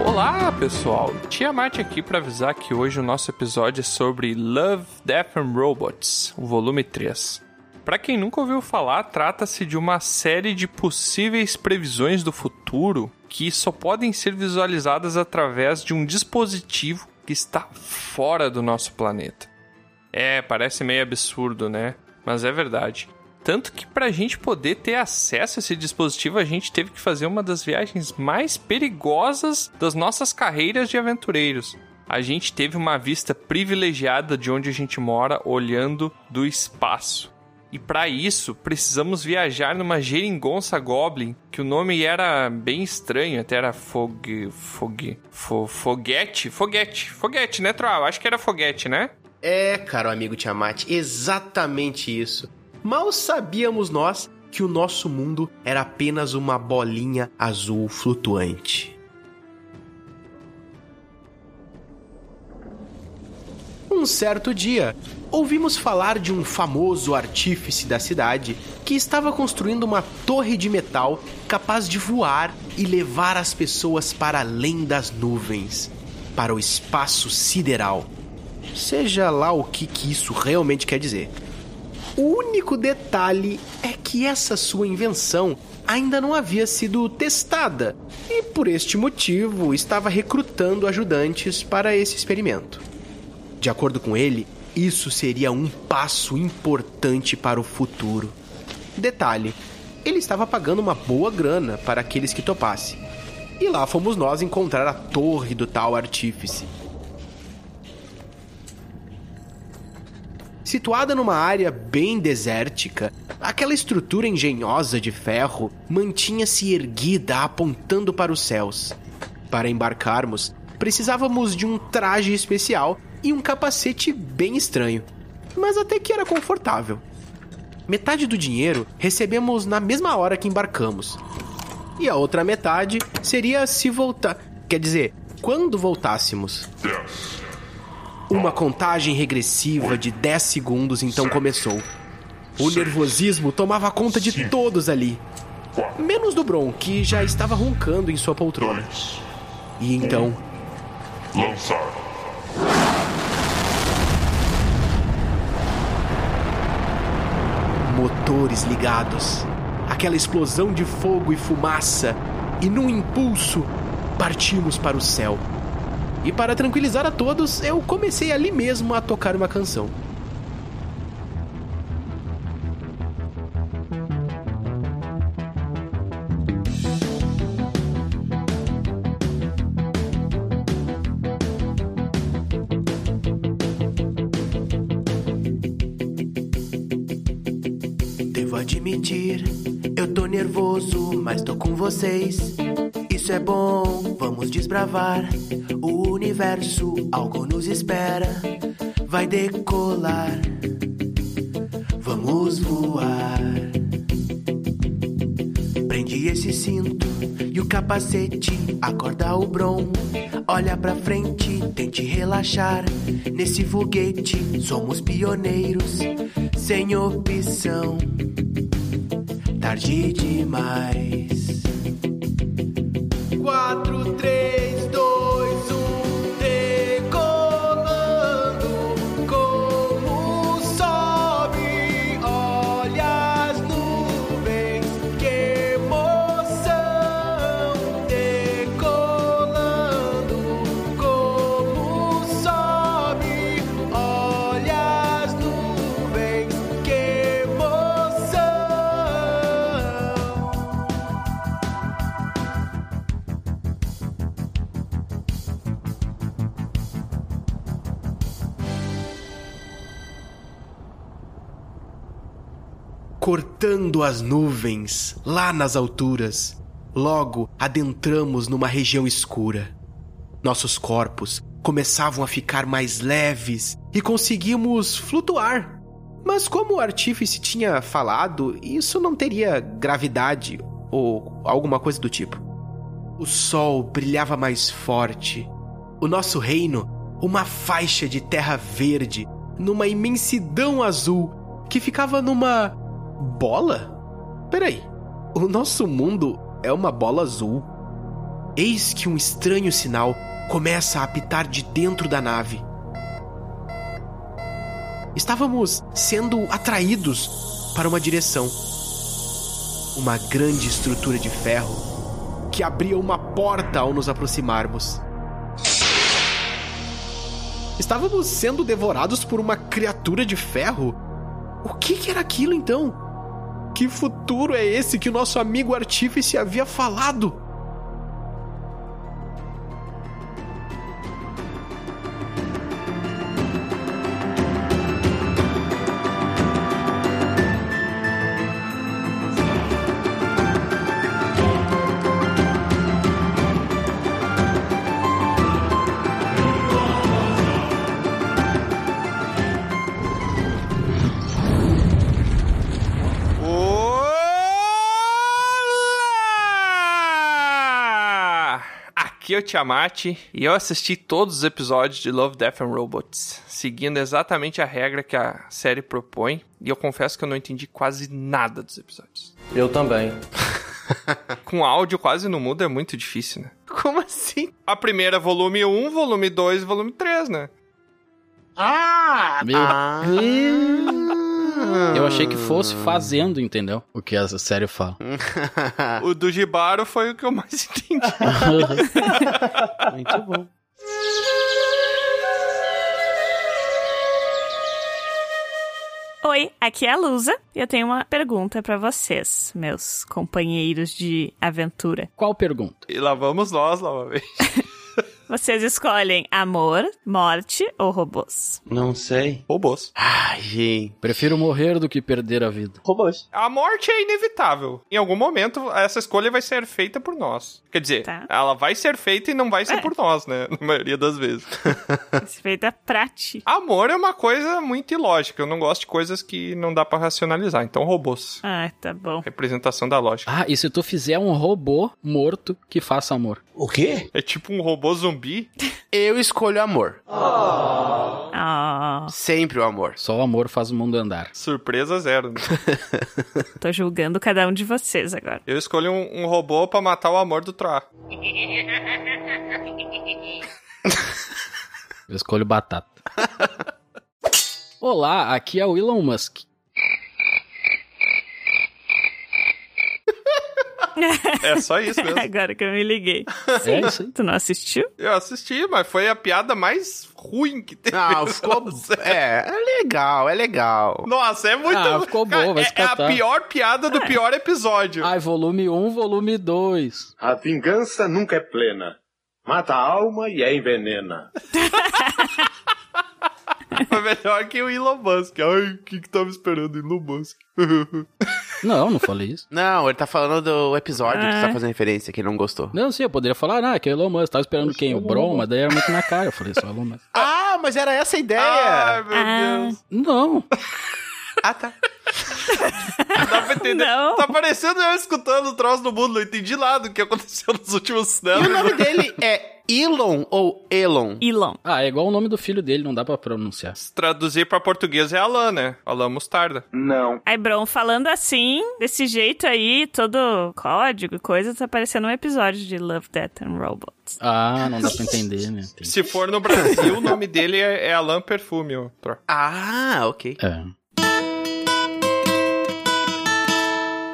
Olá, pessoal! Tiamat aqui para avisar que hoje o nosso episódio é sobre Love, Death and Robots, o volume 3. Para quem nunca ouviu falar, trata-se de uma série de possíveis previsões do futuro que só podem ser visualizadas através de um dispositivo que está fora do nosso planeta. É, parece meio absurdo, né? Mas é verdade. Tanto que para a gente poder ter acesso a esse dispositivo, a gente teve que fazer uma das viagens mais perigosas das nossas carreiras de aventureiros. A gente teve uma vista privilegiada de onde a gente mora, olhando do espaço. E para isso, precisamos viajar numa geringonça Goblin, que o nome era bem estranho, até era Fog... Fog... Fo, foguete? Foguete, foguete, né, Troal? Acho que era foguete, né? É, caro amigo Tiamat, exatamente isso. Mal sabíamos nós que o nosso mundo era apenas uma bolinha azul flutuante. Um certo dia, ouvimos falar de um famoso artífice da cidade que estava construindo uma torre de metal capaz de voar e levar as pessoas para além das nuvens, para o espaço sideral. Seja lá o que, que isso realmente quer dizer. O único detalhe é que essa sua invenção ainda não havia sido testada e, por este motivo, estava recrutando ajudantes para esse experimento. De acordo com ele, isso seria um passo importante para o futuro. Detalhe: ele estava pagando uma boa grana para aqueles que topassem. E lá fomos nós encontrar a torre do tal artífice. Situada numa área bem desértica, aquela estrutura engenhosa de ferro mantinha-se erguida apontando para os céus. Para embarcarmos, precisávamos de um traje especial e um capacete bem estranho, mas até que era confortável. Metade do dinheiro recebemos na mesma hora que embarcamos. E a outra metade seria se voltar, quer dizer, quando voltássemos. Uma contagem regressiva de 10 segundos então começou. O nervosismo tomava conta de todos ali, menos do Bron, que já estava roncando em sua poltrona. E então, Lançar. motores ligados, aquela explosão de fogo e fumaça, e num impulso, partimos para o céu. E para tranquilizar a todos, eu comecei ali mesmo a tocar uma canção. Devo admitir, eu tô nervoso, mas tô com vocês. Isso é bom, vamos desbravar o universo, algo nos espera. Vai decolar, vamos voar. Prendi esse cinto e o capacete, acorda o bron. Olha pra frente, tente relaxar. Nesse foguete, somos pioneiros, sem opção. Tarde demais. 4, 3, 2, 1, decolando. Como sobe, olha as nuvens. Que emoção, decolando. Como sobe, olha as nuvens. Que emoção. cortando as nuvens lá nas alturas. Logo adentramos numa região escura. Nossos corpos começavam a ficar mais leves e conseguimos flutuar. Mas como o artífice tinha falado, isso não teria gravidade ou alguma coisa do tipo. O sol brilhava mais forte. O nosso reino, uma faixa de terra verde, numa imensidão azul, que ficava numa bola? Peraí, o nosso mundo é uma bola azul. Eis que um estranho sinal começa a apitar de dentro da nave. Estávamos sendo atraídos para uma direção. Uma grande estrutura de ferro que abria uma porta ao nos aproximarmos. Estávamos sendo devorados por uma criatura de ferro? O que, que era aquilo então? Que futuro é esse que o nosso amigo artífice havia falado? Olá! Aqui é o Tiamat e eu assisti todos os episódios de Love, Death and Robots, seguindo exatamente a regra que a série propõe, e eu confesso que eu não entendi quase nada dos episódios. Eu também. Com áudio quase não muda é muito difícil, né? Como assim? A primeira é volume 1, volume 2 e volume 3, né? Meu- Ah. Eu achei que fosse fazendo, entendeu? O que a série fala. Ah. O do Gibaro foi o que eu mais entendi. Muito bom. Oi, aqui é a Lusa e eu tenho uma pergunta pra vocês, meus companheiros de aventura. Qual pergunta? e lá vamos nós novamente. Vocês escolhem amor, morte ou robôs? Não sei. Robôs. Ai, gente. Prefiro morrer do que perder a vida. Robôs. A morte é inevitável. Em algum momento, essa escolha vai ser feita por nós. Quer dizer, Tá. ela vai ser feita e não vai ser É. por nós, né? Na maioria das vezes. Isso feita pra ti. Amor é uma coisa muito ilógica. Eu não gosto de coisas que não dá pra racionalizar. Então, robôs. Ah, tá bom. Representação da lógica. Ah, e se tu fizer um robô morto que faça amor? O quê? É tipo um robô zumbi. Eu escolho amor. Ah, Sempre o amor. Só o amor faz o mundo andar. Surpresa zero. né? tô julgando cada um de vocês agora. Eu escolho um, um robô pra matar o amor do Troá. Eu escolho batata. Olá, aqui é o Elon Musk. É só isso mesmo. Agora que eu me liguei. É isso aí. Tu não assistiu? Eu assisti, mas foi a piada mais ruim que teve. Ah, ficou. É, é legal, é legal. Nossa, é muito. Ah, ficou Cara, bom, vai é, se é a catar. pior piada É. do pior episódio. Ai, volume 1, volume 2. A vingança nunca é plena. Mata a alma e a envenena. Foi melhor que o Elon Musk. Ai, o que que tava esperando, Elon Musk? Não, não falei isso. Não, ele tá falando do episódio que você É. tá fazendo referência, que ele não gostou. Não, sim, eu poderia falar, ah, que é o Elon Musk. Tava esperando quem? O Bron, mas daí era muito na cara. Eu falei só Elon Musk. Ah, mas era essa a Ai, meu Ah. Deus. Não. Ah, tá. Dá pra entender. Não. Tá parecendo eu escutando o troço do mundo. Não entendi nada do que aconteceu nos últimos E o anos. nome dele é Elon ou Elon? Elon. Ah, é igual o nome do filho dele, não dá pra pronunciar. Traduzir pra português é Alan, né? Alan Mostarda. Aí, Bron, falando assim, desse jeito aí, todo código e coisa, tá parecendo um episódio de Love, Death and Robots. Ah, não dá pra entender, né? Tem- Se for no Brasil, o nome dele é, é Alan Perfume. ó. Tro- Ah, ok. É.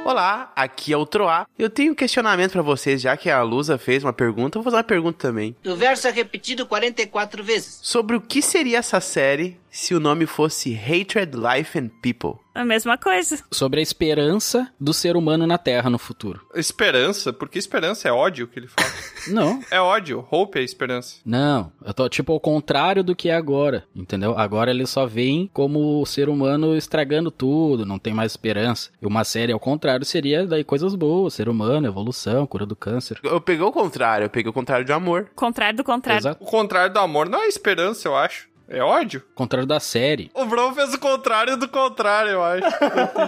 Olá, aqui é o Troá. Eu tenho um questionamento pra vocês, já que a Lusa fez uma pergunta, eu vou fazer uma pergunta também. O verso é repetido 44 vezes. Sobre o que seria essa série se o nome fosse Hatred, Life and People? A mesma coisa. Sobre a esperança do ser humano na Terra no futuro. Esperança, porque esperança é ódio que ele fala. Não. É ódio. Hope é esperança. Não, eu tô tipo ao contrário do que é agora, entendeu? Agora eles só veem como o ser humano estragando tudo, não tem mais esperança. E uma série ao contrário seria daí coisas boas, ser humano, evolução, cura do câncer. Eu peguei o contrário, eu peguei o contrário de amor. Contrário do contrário. Exato. O contrário do amor não é esperança, eu acho. É ódio. Contrário da série. O Bron fez o contrário do contrário, eu acho.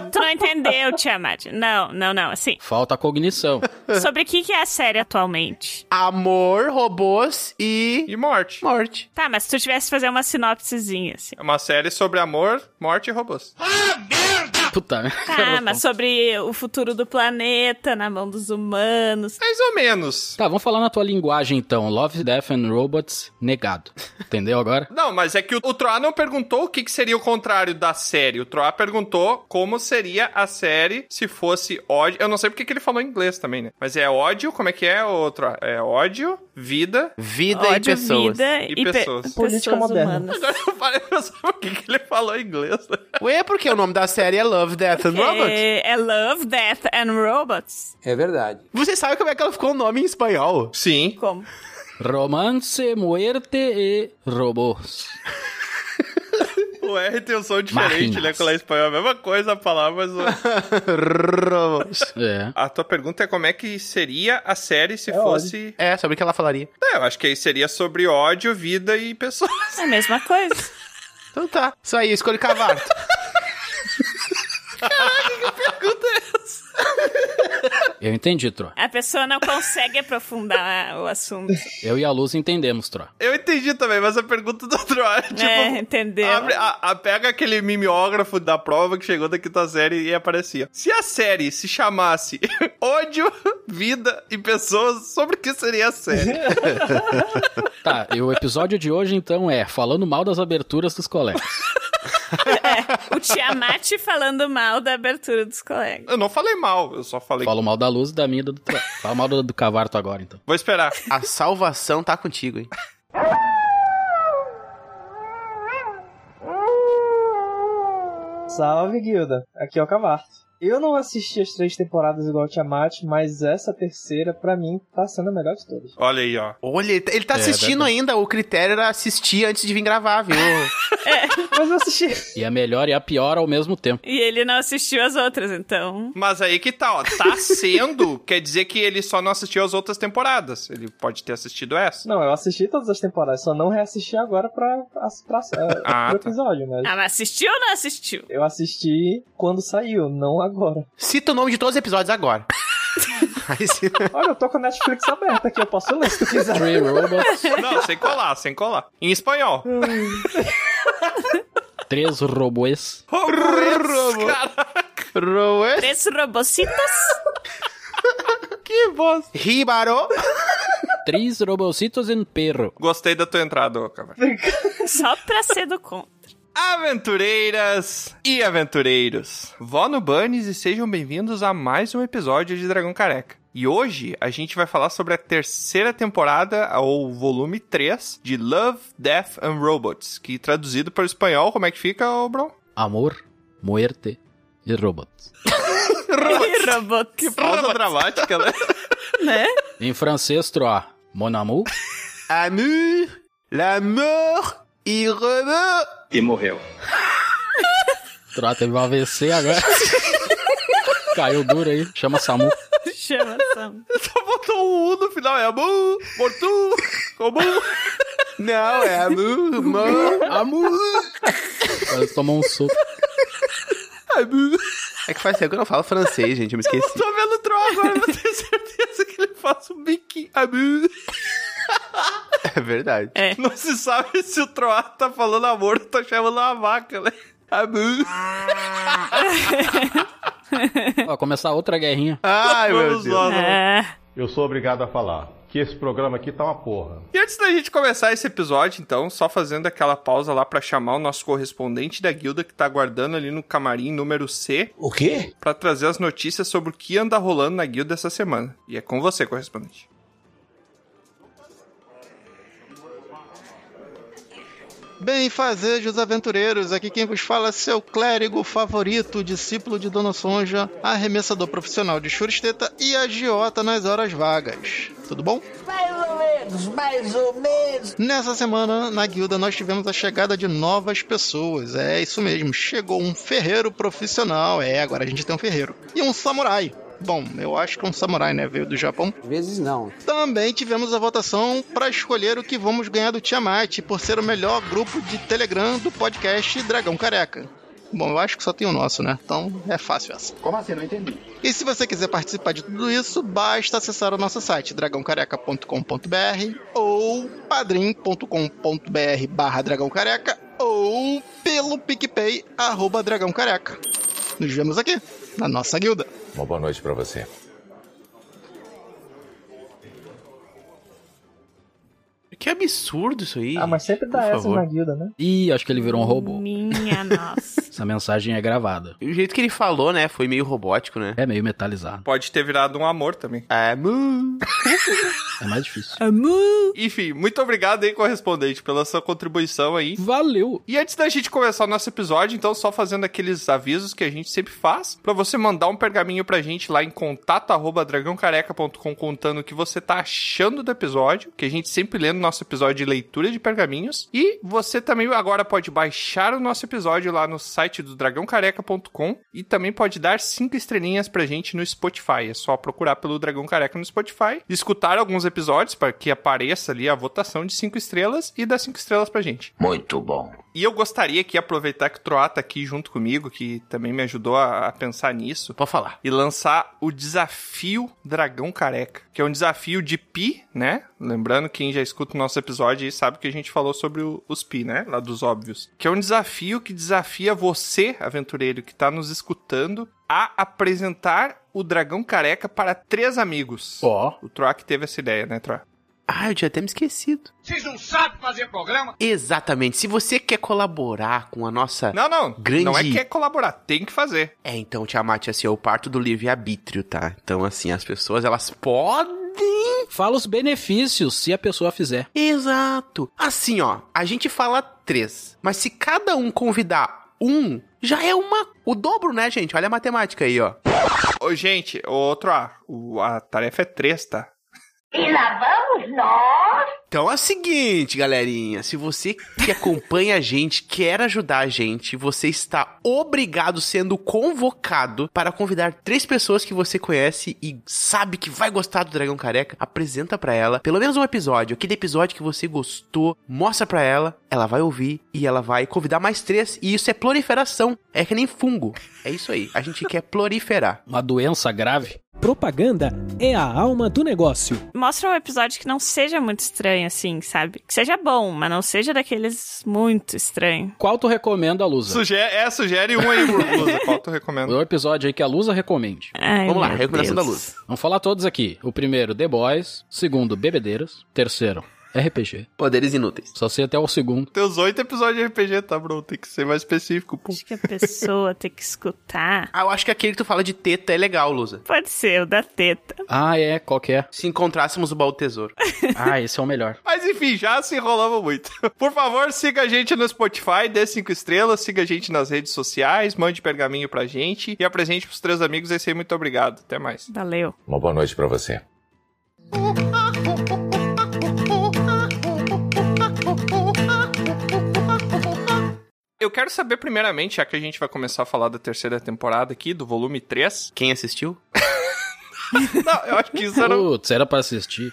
Tu não entendeu, Tiamat. Não, não, não. Assim, Falta a cognição. sobre o que, que é a série atualmente? Amor, robôs e E morte. morte. Tá, mas se tu tivesse que fazer uma sinopsezinha, assim. É uma série sobre amor, morte e robôs. Ah, merda! Puta. Ah, mas sobre o futuro do planeta na mão dos humanos. Mais ou menos. Tá, vamos falar na tua linguagem então. Love, Death and Robots, negado. Entendeu agora? Não, mas é que o, o Troá não perguntou o que, que seria o contrário da série. O Troá perguntou como seria a série se fosse ódio. Eu não sei porque que ele falou em inglês também, né? Mas é ódio, como é que é, o Troá? É ódio, vida. Vida e Ódio, pessoas. vida E e, pe- pessoas. Política moderna. humanas. Agora eu parei pra pensar por que, que ele falou em inglês. né? Ué, porque o nome da série é Love, Death and Robots. É, é Love, Death and Robots. Você sabe como é que ela ficou o nome em espanhol? Sim. Como? Romance, muerte e robôs. O R tem um som diferente, Marrinas. né? Quando é espanhol é a mesma coisa a palavra, mas... o- É. a tua pergunta é como é que seria a série se É fosse... é, sobre o que ela falaria. É, eu acho que aí seria sobre ódio, vida e pessoas. É a mesma coisa. Então tá. Isso aí, escolhe Cavarto. Eu entendi, Tro. A pessoa não consegue aprofundar o assunto. né? Eu e a Luz entendemos, Tro. Eu entendi também, mas a pergunta do outro é, tipo... é, entendeu? Abre, a- a- pega aquele mimeógrafo da prova que chegou da quinta série e aparecia. Se a série se chamasse Ódio, Vida e Pessoas, sobre o que seria a série? Tá, e o episódio de hoje então é falando mal das aberturas dos colegas. É, o Tiamat falando mal da abertura dos colegas. Eu não falei mal, eu só falei. Falo mal da Luz, da minha e do Tro. Fala mal do, do Cavarto agora, então. Vou esperar. A salvação tá contigo, hein? Salve, Guilda. Aqui é o Cavarto. Eu não assisti as três temporadas igual a Tiamat, mas essa terceira, pra mim, tá sendo a melhor de todas. Olha aí, ó. Olha, ele tá- ele tá É, assistindo verdade. ainda. O critério era assistir antes de vir gravar, viu? Mas eu assisti. E a melhor e a pior ao mesmo tempo. E ele não assistiu as outras, então. Mas aí que tá, ó. Tá sendo, quer dizer que ele só não assistiu as outras temporadas. Ele pode ter assistido essa. Não, eu assisti todas as temporadas, só não reassisti agora pra, pra, pra- Ah, pro tá. episódio, mas Ah, mas assistiu ou não assistiu? eu assisti quando saiu, não agora. Cita o nome de todos os episódios agora. Aí sim. Olha, eu tô com a Netflix aberta aqui, eu posso ler se tu quiser. Three robots, Não, sem colar, sem colar. Em espanhol. três robôs. Roe- Três robocitos? Ribarô. Três robocitos em perro. Gostei da tua entrada, ô, cara. Só pra ser do conto. Aventureiras e aventureiros, vó no Bunnies e sejam bem-vindos a mais um episódio de Dragão Careca. E hoje a gente vai falar sobre a terceira temporada, ou volume 3, de Love, Death and Robots, que traduzido para o espanhol, como é que fica, ô Bron? Amor, muerte e robots. E robots. Pausa dramática, né? né? Em francês, Troa, mon amour. Amu. L'amour. E remor. E morreu. Troa teve um AVC agora. Caiu duro aí. Chama Samu. Chama Sam. Tá Só botou um U no final, é amu, mortu, como... Não, é amu. mo- Amour. Ela tomou um suco. É que faz tempo que eu não falo francês, gente. Eu me esqueci. Tô vendo o Troll agora, vou ter certeza que ele faz um biquinho, amu. É verdade. Não se sabe se o Troá tá falando amor ou tá chamando uma vaca, né? Abu. Ó, começar outra guerrinha. Ai, meu Vamos Deus. lá, vamos lá. Ah, Eu sou obrigado a falar que esse programa aqui tá uma porra. E antes da gente começar esse episódio, então, só fazendo aquela pausa lá pra chamar o nosso correspondente da guilda que tá aguardando ali no camarim número C. O quê? Pra trazer as notícias sobre o que anda rolando na guilda essa semana. E é com você, correspondente. Bem, fazejos aventureiros, aqui quem vos fala é seu clérigo favorito, discípulo de Dona Sonja, arremessador profissional de churisteta e agiota nas horas vagas. Tudo bom? Mais ou menos, mais ou menos. Nessa semana, na guilda, nós tivemos a chegada de novas pessoas. É isso mesmo, chegou um ferreiro profissional. É, agora a gente tem um ferreiro. E um samurai. Bom, eu acho que é um samurai, né? Veio do Japão. Vezes não. Também tivemos a votação para escolher o que vamos ganhar do Tiamat por ser o melhor grupo de Telegram do podcast Dragão Careca. Bom, eu acho que só tem o nosso, né? Então é fácil essa. Como assim? Não entendi. E se você quiser participar de tudo isso, basta acessar o nosso site dragãocareca.com.br ou padrim.com.br barra dragãocareca ou pelo picpay arroba dragãocareca. Nos vemos aqui, na nossa guilda. Uma boa noite para você. Que absurdo isso aí. Ah, mas sempre dá essa na guilda, né? Ih, acho que ele virou um robô. Minha nossa. Essa mensagem é gravada. E o jeito que ele falou, né? Foi meio robótico, né? É meio metalizado. Pode ter virado um amor também. Amor. É mais difícil. Amor. Enfim, muito obrigado aí, correspondente, pela sua contribuição aí. Valeu. E antes da gente começar o nosso episódio, então, só fazendo aqueles avisos que a gente sempre faz, pra você mandar um pergaminho pra gente lá em contato@dragãocareca.com contando o que você tá achando do episódio, que a gente sempre lê no nosso episódio de leitura de pergaminhos. E você também agora pode baixar o nosso episódio lá no site do dragãocareca.com e também pode dar cinco estrelinhas pra gente no Spotify. É só procurar pelo Dragão Careca no Spotify, escutar alguns episódios para que apareça ali a votação de cinco estrelas e dar cinco estrelas pra gente. Muito bom. E eu gostaria aqui aproveitar que o Troá tá aqui junto comigo, que também me ajudou a, a pensar nisso. Pode falar. E lançar o desafio Dragão Careca, que é um desafio de pi, né? Lembrando, quem já escuta o nosso episódio aí sabe que a gente falou sobre o, os pi, né? Lá dos óbvios. Que é um desafio que desafia você, aventureiro, que tá nos escutando, a apresentar o Dragão Careca para três amigos. Ó. O Troá que teve essa ideia, né, Troá? Ah, eu tinha até me esquecido. Vocês não sabem um fazer programa? Exatamente. Se você quer colaborar com a nossa. Não, não. Grande- Não é que é colaborar, tem que fazer. É, então, Tiamat, assim, eu parto do livre-arbítrio, tá? Então, assim, as pessoas, elas podem. Fala os benefícios se a pessoa fizer. Exato. Assim, ó, a gente fala três. Mas se cada um convidar um, já é uma. O dobro, né, gente? Olha a matemática aí, ó. Ô, gente, ô, Troá, o- a tarefa é três, tá? E lá vamos nós. Então é o seguinte, galerinha. Se você que acompanha a gente, quer ajudar a gente, você está obrigado sendo convocado para convidar três pessoas que você conhece e sabe que vai gostar do Dragão Careca. Apresenta pra ela pelo menos um episódio, aquele episódio que você gostou, mostra pra ela, ela vai ouvir e ela vai convidar mais três. E isso é proliferação, é que nem fungo. É isso aí. A gente quer proliferar. Uma doença grave. Propaganda é a alma do negócio. Mostra um episódio que não seja muito estranho, assim, sabe? Que seja bom, mas não seja daqueles muito estranho. Qual tu recomenda, Lusa? Suge é, sugere um aí, Bruno. Qual tu recomenda? O episódio aí que a Lusa recomende. Ai, Vamos lá, meu recomendação Deus. da luz. Vamos falar todos aqui. O primeiro, The Boys. Segundo, Bebedeiras. Terceiro, RPG. Poderes inúteis. Só sei até o segundo. Teus oito episódios de RPG, tá, Bruno? Tem que ser mais específico, pô. Acho que a pessoa tem que escutar. Ah, eu acho que aquele que tu fala de teta é legal, Lusa. Pode ser, o da teta. Ah, é, qual que é? Se encontrássemos o baú do tesouro. Ah, esse é o melhor. Mas enfim, já se enrolamos muito. Por favor, siga a gente no Spotify, dê cinco estrelas, siga a gente nas redes sociais, mande pergaminho pra gente e apresente pros três amigos. É isso aí, muito obrigado. Até mais. Valeu. Uma boa noite para você. Eu quero saber primeiramente, já que a gente vai começar a falar da terceira temporada aqui, do volume 3. Quem assistiu? Não, eu acho que isso era, um- Putz, era pra assistir.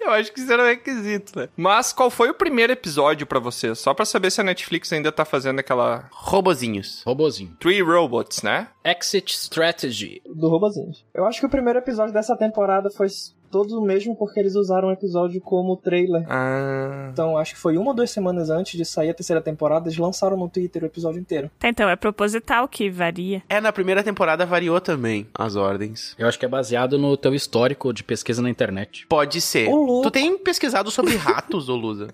eu acho que isso era um requisito, né? Mas qual foi o primeiro episódio pra você? Só pra saber se a Netflix ainda tá fazendo aquela Robozinhos. Robozinho. Three Robots, né? Exit Strategy. Do Robozinhos. Eu acho que o primeiro episódio dessa temporada foi todo o mesmo porque eles usaram o episódio como trailer. Ah. Então, acho que foi uma ou duas semanas antes de sair a terceira temporada, eles lançaram no Twitter o episódio inteiro. Tá, então, é proposital que varia. É, na primeira temporada variou também as ordens. Eu acho que é baseado no teu histórico de pesquisa na internet. Pode ser. Ô, louco. tu tem pesquisado sobre ratos, ô Lusa?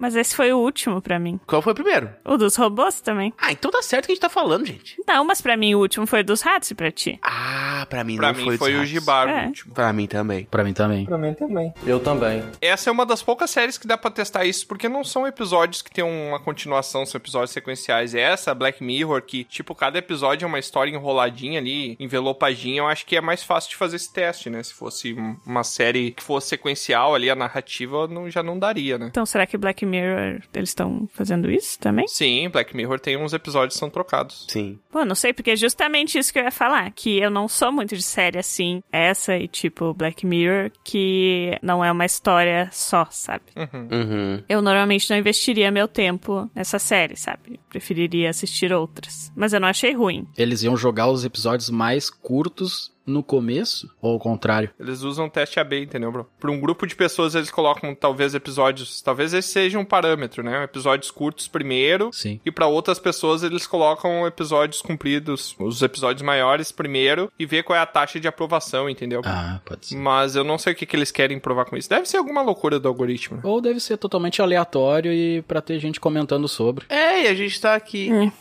Mas esse foi o último pra mim. Qual foi o primeiro? O dos robôs também. Ah, então tá certo que a gente tá falando, gente. Não, mas pra mim o último foi o dos ratos e pra ti. Ah, pra mim Pra não mim foi foi, dos o ratos. Gibaro É. o último. Pra mim também. Pra mim também. Pra mim também. Eu também. Essa é uma das poucas séries que dá pra testar isso, porque não são episódios que tem uma continuação, são episódios sequenciais. É Essa, Black Mirror, que, tipo, cada episódio é uma história enroladinha ali, envelopadinha, eu acho que é mais fácil de fazer esse teste, né? Se fosse um- uma série que fosse sequencial ali, a narrativa não, já não daria, né? Então, será que Black Mirror, eles estão fazendo isso também? Sim, Black Mirror tem uns episódios que são trocados. Sim. Pô, não sei, porque é justamente isso que eu ia falar. Que eu não sou muito de série assim, essa e tipo Black Mirror, que não é uma história só, sabe? Uhum. Eu normalmente não investiria meu tempo nessa série, sabe? Preferiria assistir outras. Mas eu não achei ruim. Eles iam jogar os episódios mais curtos no começo ou ao contrário? Eles usam teste AB, entendeu, bro? Pra um grupo de pessoas, eles colocam, talvez, episódios. Talvez esse seja um parâmetro, né? Episódios curtos primeiro. Sim. E pra outras pessoas, eles colocam episódios compridos, os episódios maiores primeiro, e vê qual é a taxa de aprovação, entendeu? Ah, pode ser. Mas eu não sei o que, que eles querem provar com isso. Deve ser alguma loucura do algoritmo. né? Ou deve ser totalmente aleatório e pra ter gente comentando sobre. É, e a gente tá aqui. Pode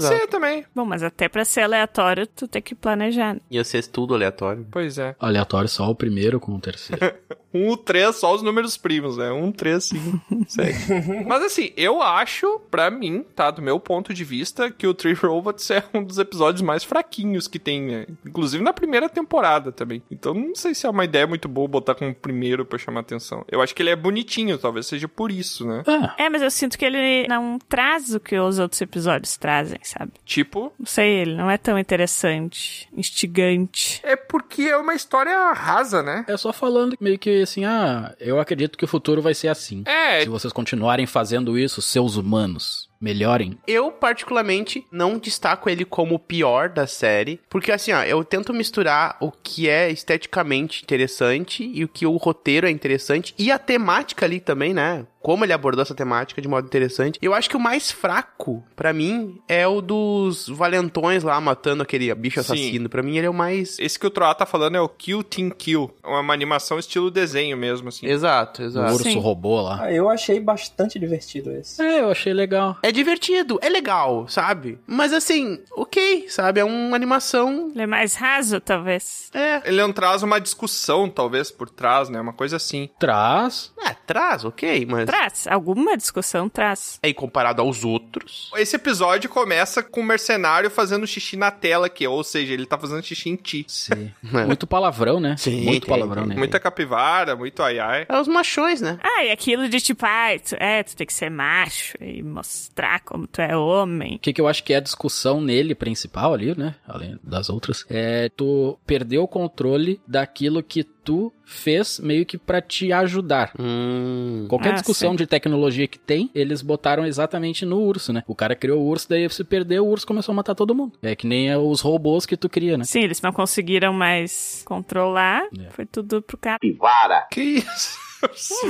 Exato. ser também. Bom, mas até pra ser aleatório, tu tem que planejar. né? Ia ser tudo aleatório. Pois é. Aleatório só o primeiro com o terceiro. Um, três, só os números primos, né? Um, três, cinco, segue. Mas assim, eu acho, pra mim, tá? Do meu ponto de vista, que o Three Robots é um dos episódios mais fraquinhos que tem, né? Inclusive na primeira temporada também. Então não sei se é uma ideia muito boa botar como primeiro pra chamar atenção. Eu acho que ele é bonitinho, talvez seja por isso, né? É, mas eu sinto que ele não traz o que os outros episódios trazem, sabe? Tipo, Não sei, ele não é tão interessante, instigante. é porque é uma história rasa, né? é só falando meio que assim, ah, eu acredito que o futuro vai ser assim. É, Se vocês continuarem fazendo isso, seus humanos, melhorem. Eu, particularmente, não destaco ele como o pior da série, porque assim, ó, eu tento misturar o que é esteticamente interessante e o que o roteiro é interessante e a temática ali também, né? Como ele abordou essa temática de modo interessante. Eu acho que o mais fraco, pra mim, é o dos valentões lá matando aquele bicho Sim. assassino. Pra mim, ele é o mais. esse que o Troá tá falando é o Kill Team Kill. É uma animação estilo desenho mesmo, assim. Exato, O exato. urso Sim. robô lá. Ah, eu achei bastante divertido esse. É, eu achei legal. É divertido, é legal, sabe? Mas assim, ok, sabe? É uma animação. Ele é mais raso, talvez. É. Ele não traz uma discussão, talvez, por trás, né? Uma coisa assim. Traz. É, traz, ok, mas. Traz, alguma discussão traz. É, e comparado aos outros. Esse episódio começa com o mercenário fazendo xixi na tela aqui, ou seja, ele tá fazendo xixi em ti. Sim. Muito palavrão, né? Sim, Muito tem, palavrão, né? Muita capivara, muito ai ai. É os machões, né? Ah, e aquilo de tipo, ah, tu, é, tu tem que ser macho e mostrar como tu é homem. O que, que eu acho que é a discussão nele principal ali, né? Além das outras, é tu perder o controle daquilo que tu fez meio que pra te ajudar. Hum. Qualquer Ah, discussão de tecnologia que tem, eles botaram exatamente no urso, né? O cara criou o urso, daí se perdeu, o urso começou a matar todo mundo. É que nem os robôs que tu cria, né? Sim, eles não conseguiram mais controlar. É. Foi tudo pro cara. Pivara. Que isso?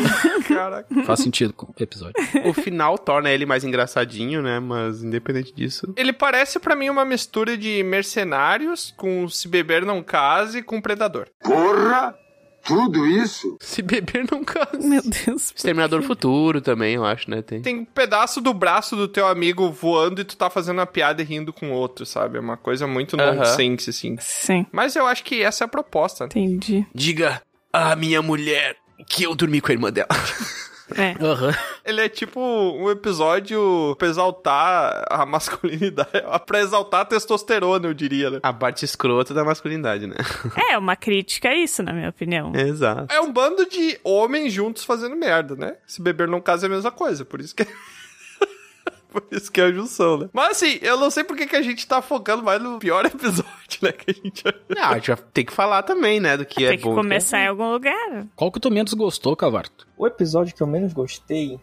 Caraca. Faz sentido com o episódio. O final torna ele mais engraçadinho, né? Mas independente disso. Ele parece pra mim uma mistura de mercenários com se beber não case com um predador. Porra! Tudo isso? Se beber não casa. Meu Deus. Exterminador Futuro também, eu acho, né? Tem. Tem um pedaço do braço do teu amigo voando e tu tá fazendo uma piada e rindo com o outro, sabe? É uma coisa muito Aham. nonsense, assim. Sim, Mas eu acho que essa é a proposta, né? entendi. Diga à minha mulher que eu dormi com a irmã dela. É. Aham. Ele é tipo um episódio pra exaltar a masculinidade, pra exaltar a testosterona, eu diria, né? A parte escrota da masculinidade, né? é uma crítica a isso, na minha opinião. Exato. É um bando de homens juntos fazendo merda, né? Se beber não casa é a mesma coisa, por isso que é... Por isso que é a junção, né? Mas assim, eu não sei por que que a gente tá focando mais no pior episódio, né? Que a gente... Não, a gente vai ter que falar também, né? Do que é Tem que bom. e o que é começar em algum lugar. Qual que tu menos gostou, Cavarto? O episódio que eu menos gostei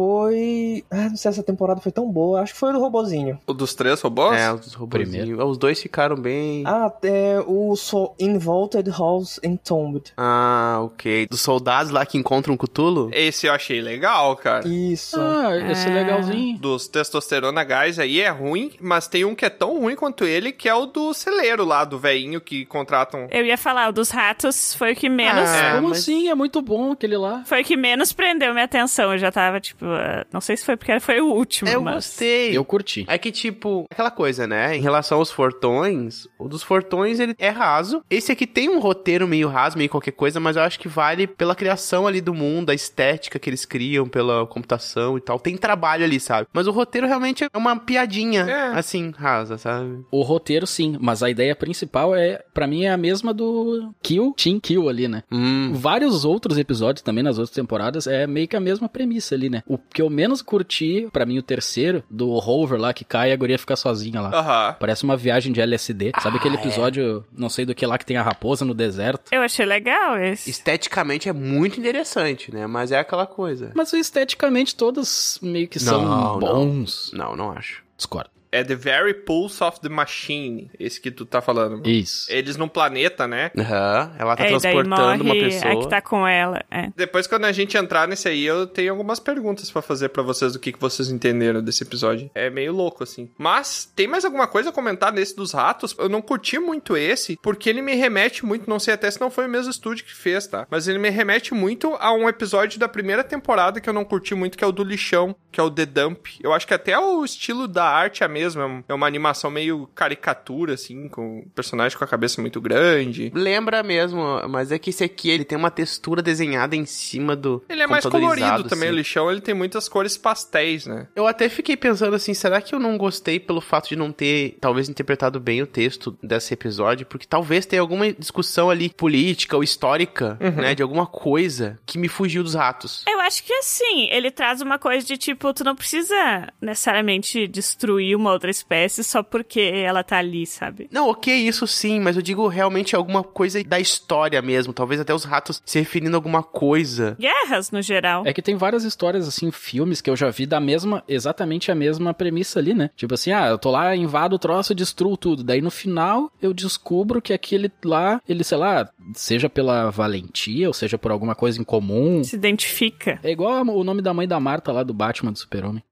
foi. Ah, não sei se essa temporada foi tão boa. Acho que foi o do robozinho. O dos três robôs? É, os robôzinhos. Primeiro. Os dois ficaram bem. Ah, Ah, é o So Involted House Entombed. Ah, ok. Dos soldados lá que encontram Cutulo? Esse eu achei legal, cara. Isso. Ah, esse é Ah. legalzinho. Dos testosterona gás aí é ruim, mas tem um que é tão ruim quanto ele, que é o do celeiro lá, do veinho que contratam Eu ia falar, o dos ratos foi o que menos. Ah, Como mas- assim? É muito bom aquele lá. Foi o que menos prendeu minha atenção. Eu já tava, tipo, ah, não sei se foi porque foi o último, Eu mas. gostei. Eu curti. É que, tipo, aquela coisa, né? Em relação aos fortões, o dos fortões ele é raso. Esse aqui tem um roteiro meio raso, meio qualquer coisa, mas eu acho que vale pela criação ali do mundo, a estética que eles criam, pela computação e tal. Tem trabalho ali, sabe? Mas o roteiro realmente é uma piadinha, É. assim, rasa, sabe? O roteiro, sim, mas a ideia principal é, pra mim, é a mesma do Kill, Team Kill ali, né? Hum. Vários outros episódios também nas outras temporadas é meio que a mesma premissa ali, né? O que eu menos curti, pra mim, o terceiro, do Rover lá que cai e a guria fica sozinha lá. Aham. Parece uma viagem de LSD. Sabe aquele Ah, é. episódio, não sei do que lá, que tem a raposa no deserto? Eu achei legal esse. Esteticamente é muito interessante, né? Mas é aquela coisa. Mas esteticamente todos meio que são Não, não. bons. Não, não acho. Discordo. É The Very Pulse of the Machine, esse que tu tá falando. Isso. Eles num planeta, né? Aham, ela tá É, e daí transportando uma morre pessoa. a que tá com ela. É. Depois, quando a gente entrar nesse aí, eu tenho algumas perguntas pra fazer pra vocês do que, que vocês entenderam desse episódio. É meio louco, assim. Mas, tem mais alguma coisa a comentar nesse dos ratos? Eu não curti muito esse, porque ele me remete muito, não sei até se não foi o mesmo estúdio que fez, tá? Mas ele me remete muito a um episódio da primeira temporada que eu não curti muito, que é o do lixão, que é o The Dump. Eu acho que até o estilo da arte é a mesma. é um- É uma animação meio caricatura, assim, com um personagem com a cabeça muito grande. Lembra mesmo, mas é que esse aqui, ele tem uma textura desenhada em cima do Ele é mais colorido computadorizado, também, o assim. lixão, ele tem muitas cores pastéis, né? Eu até fiquei pensando assim, será que eu não gostei pelo fato de não ter, talvez, interpretado bem o texto desse episódio? Porque talvez tenha alguma discussão ali política ou histórica, Uhum. né, de alguma coisa que me fugiu dos ratos. Eu acho que assim, ele traz uma coisa de tipo, tu não precisa necessariamente destruir uma outra espécie só porque ela tá ali, sabe? Não, ok, isso sim, mas eu digo realmente alguma coisa da história mesmo. Talvez até os ratos se referindo a alguma coisa. Guerras, no geral. É que tem várias histórias, assim, filmes que eu já vi da mesma, exatamente a mesma premissa ali, né? Tipo assim, ah, eu tô lá, invado o troço, destruo tudo. Daí no final eu descubro que aquele lá, ele, sei lá, seja pela valentia ou seja por alguma coisa em comum. Se identifica. É igual o nome da mãe da Marta lá do Batman do Super-Homem.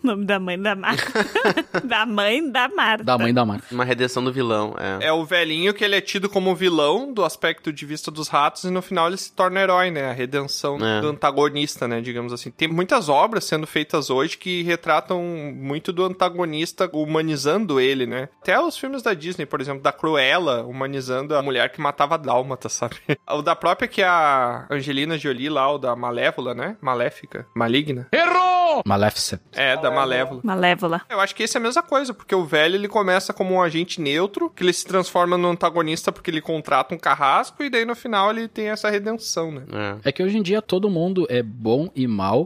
O nome da mãe da Marta. da mãe da Marta. Da mãe da Marta. Uma redenção do vilão, é. É o velhinho que ele é tido como vilão do aspecto de vista dos ratos e no final ele se torna herói, né? A redenção É. do antagonista, né? Digamos assim. Tem muitas obras sendo feitas hoje que retratam muito do antagonista humanizando ele, né? Até os filmes da Disney, por exemplo, da Cruella, humanizando a mulher que matava dálmata, sabe? o da própria que a Angelina Jolie lá, o da Malévola, né? Maléfica. Maligna. Errou! Maléfica. É, da Malévola. Malévola. Eu acho que esse é a mesma coisa, porque o velho ele começa como um agente neutro, que ele se transforma no antagonista porque ele contrata um carrasco, e daí no final ele tem essa redenção, né? É que hoje em dia todo mundo é bom e mal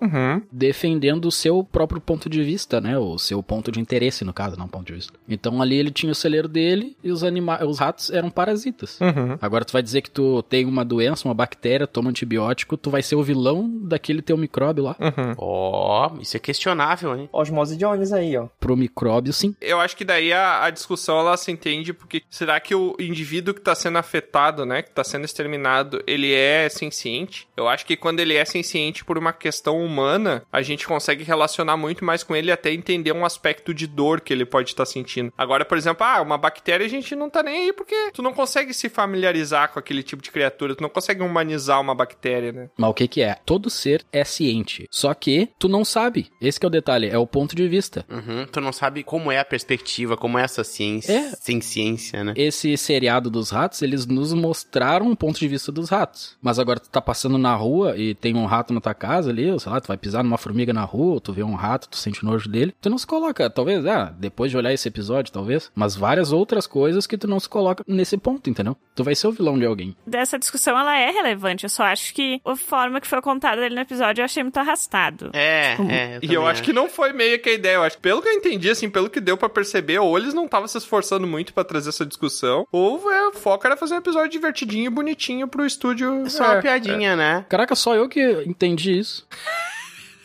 defendendo o seu próprio ponto de vista, né? O seu ponto de interesse, no caso, não ponto de vista. Então ali ele tinha o celeiro dele e os, anima os ratos eram parasitas. Uhum. Agora tu vai dizer que tu tem uma doença, uma bactéria, toma antibiótico, tu vai ser o vilão daquele teu micróbio lá. Ó, isso é questionável, hein? Osmose Jones aí, ó. Pro micróbio, sim. Eu acho que daí a, a discussão ela se entende porque será que o indivíduo que tá sendo afetado, né, que tá sendo exterminado, ele é senciente? Eu acho que quando ele é senciente por uma questão humana, a gente consegue relacionar muito mais com ele e até entender um aspecto de dor que ele pode estar sentindo. Agora, por exemplo, ah, uma bactéria a gente não tá nem aí porque tu não consegue se familiarizar com aquele tipo de criatura, tu não consegue humanizar uma bactéria, né? Mas o que que é? Todo ser é ciente. Só que tu não sabe. Esse que é o detalhe, é o ponto de vista. Uhum, tu não sabe como é a perspectiva, como é essa ciência, É. sem ciência, né? Esse seriado dos ratos, eles nos mostraram o ponto de vista dos ratos. Mas agora tu tá passando na rua e tem um rato na tua casa ali, ou sei lá, tu vai pisar numa formiga na rua, tu vê um rato, tu sente nojo dele. Tu não se coloca, talvez, ah, depois de olhar esse episódio, talvez, mas várias outras coisas que tu não se coloca nesse ponto, entendeu? Tu vai ser o vilão de alguém. Dessa discussão, ela é relevante. Eu só acho que a forma que foi contada ali no episódio eu achei muito arrastado. É, é. tipo, E eu também acho que não foi meio que a ideia. Eu acho que pelo que eu entendi, assim, pelo que deu pra perceber, ou eles não estavam se esforçando muito pra trazer essa discussão, ou é, o foco era fazer um episódio divertidinho e bonitinho pro É estúdio. é. Só uma piadinha, né? Caraca, só eu que entendi isso.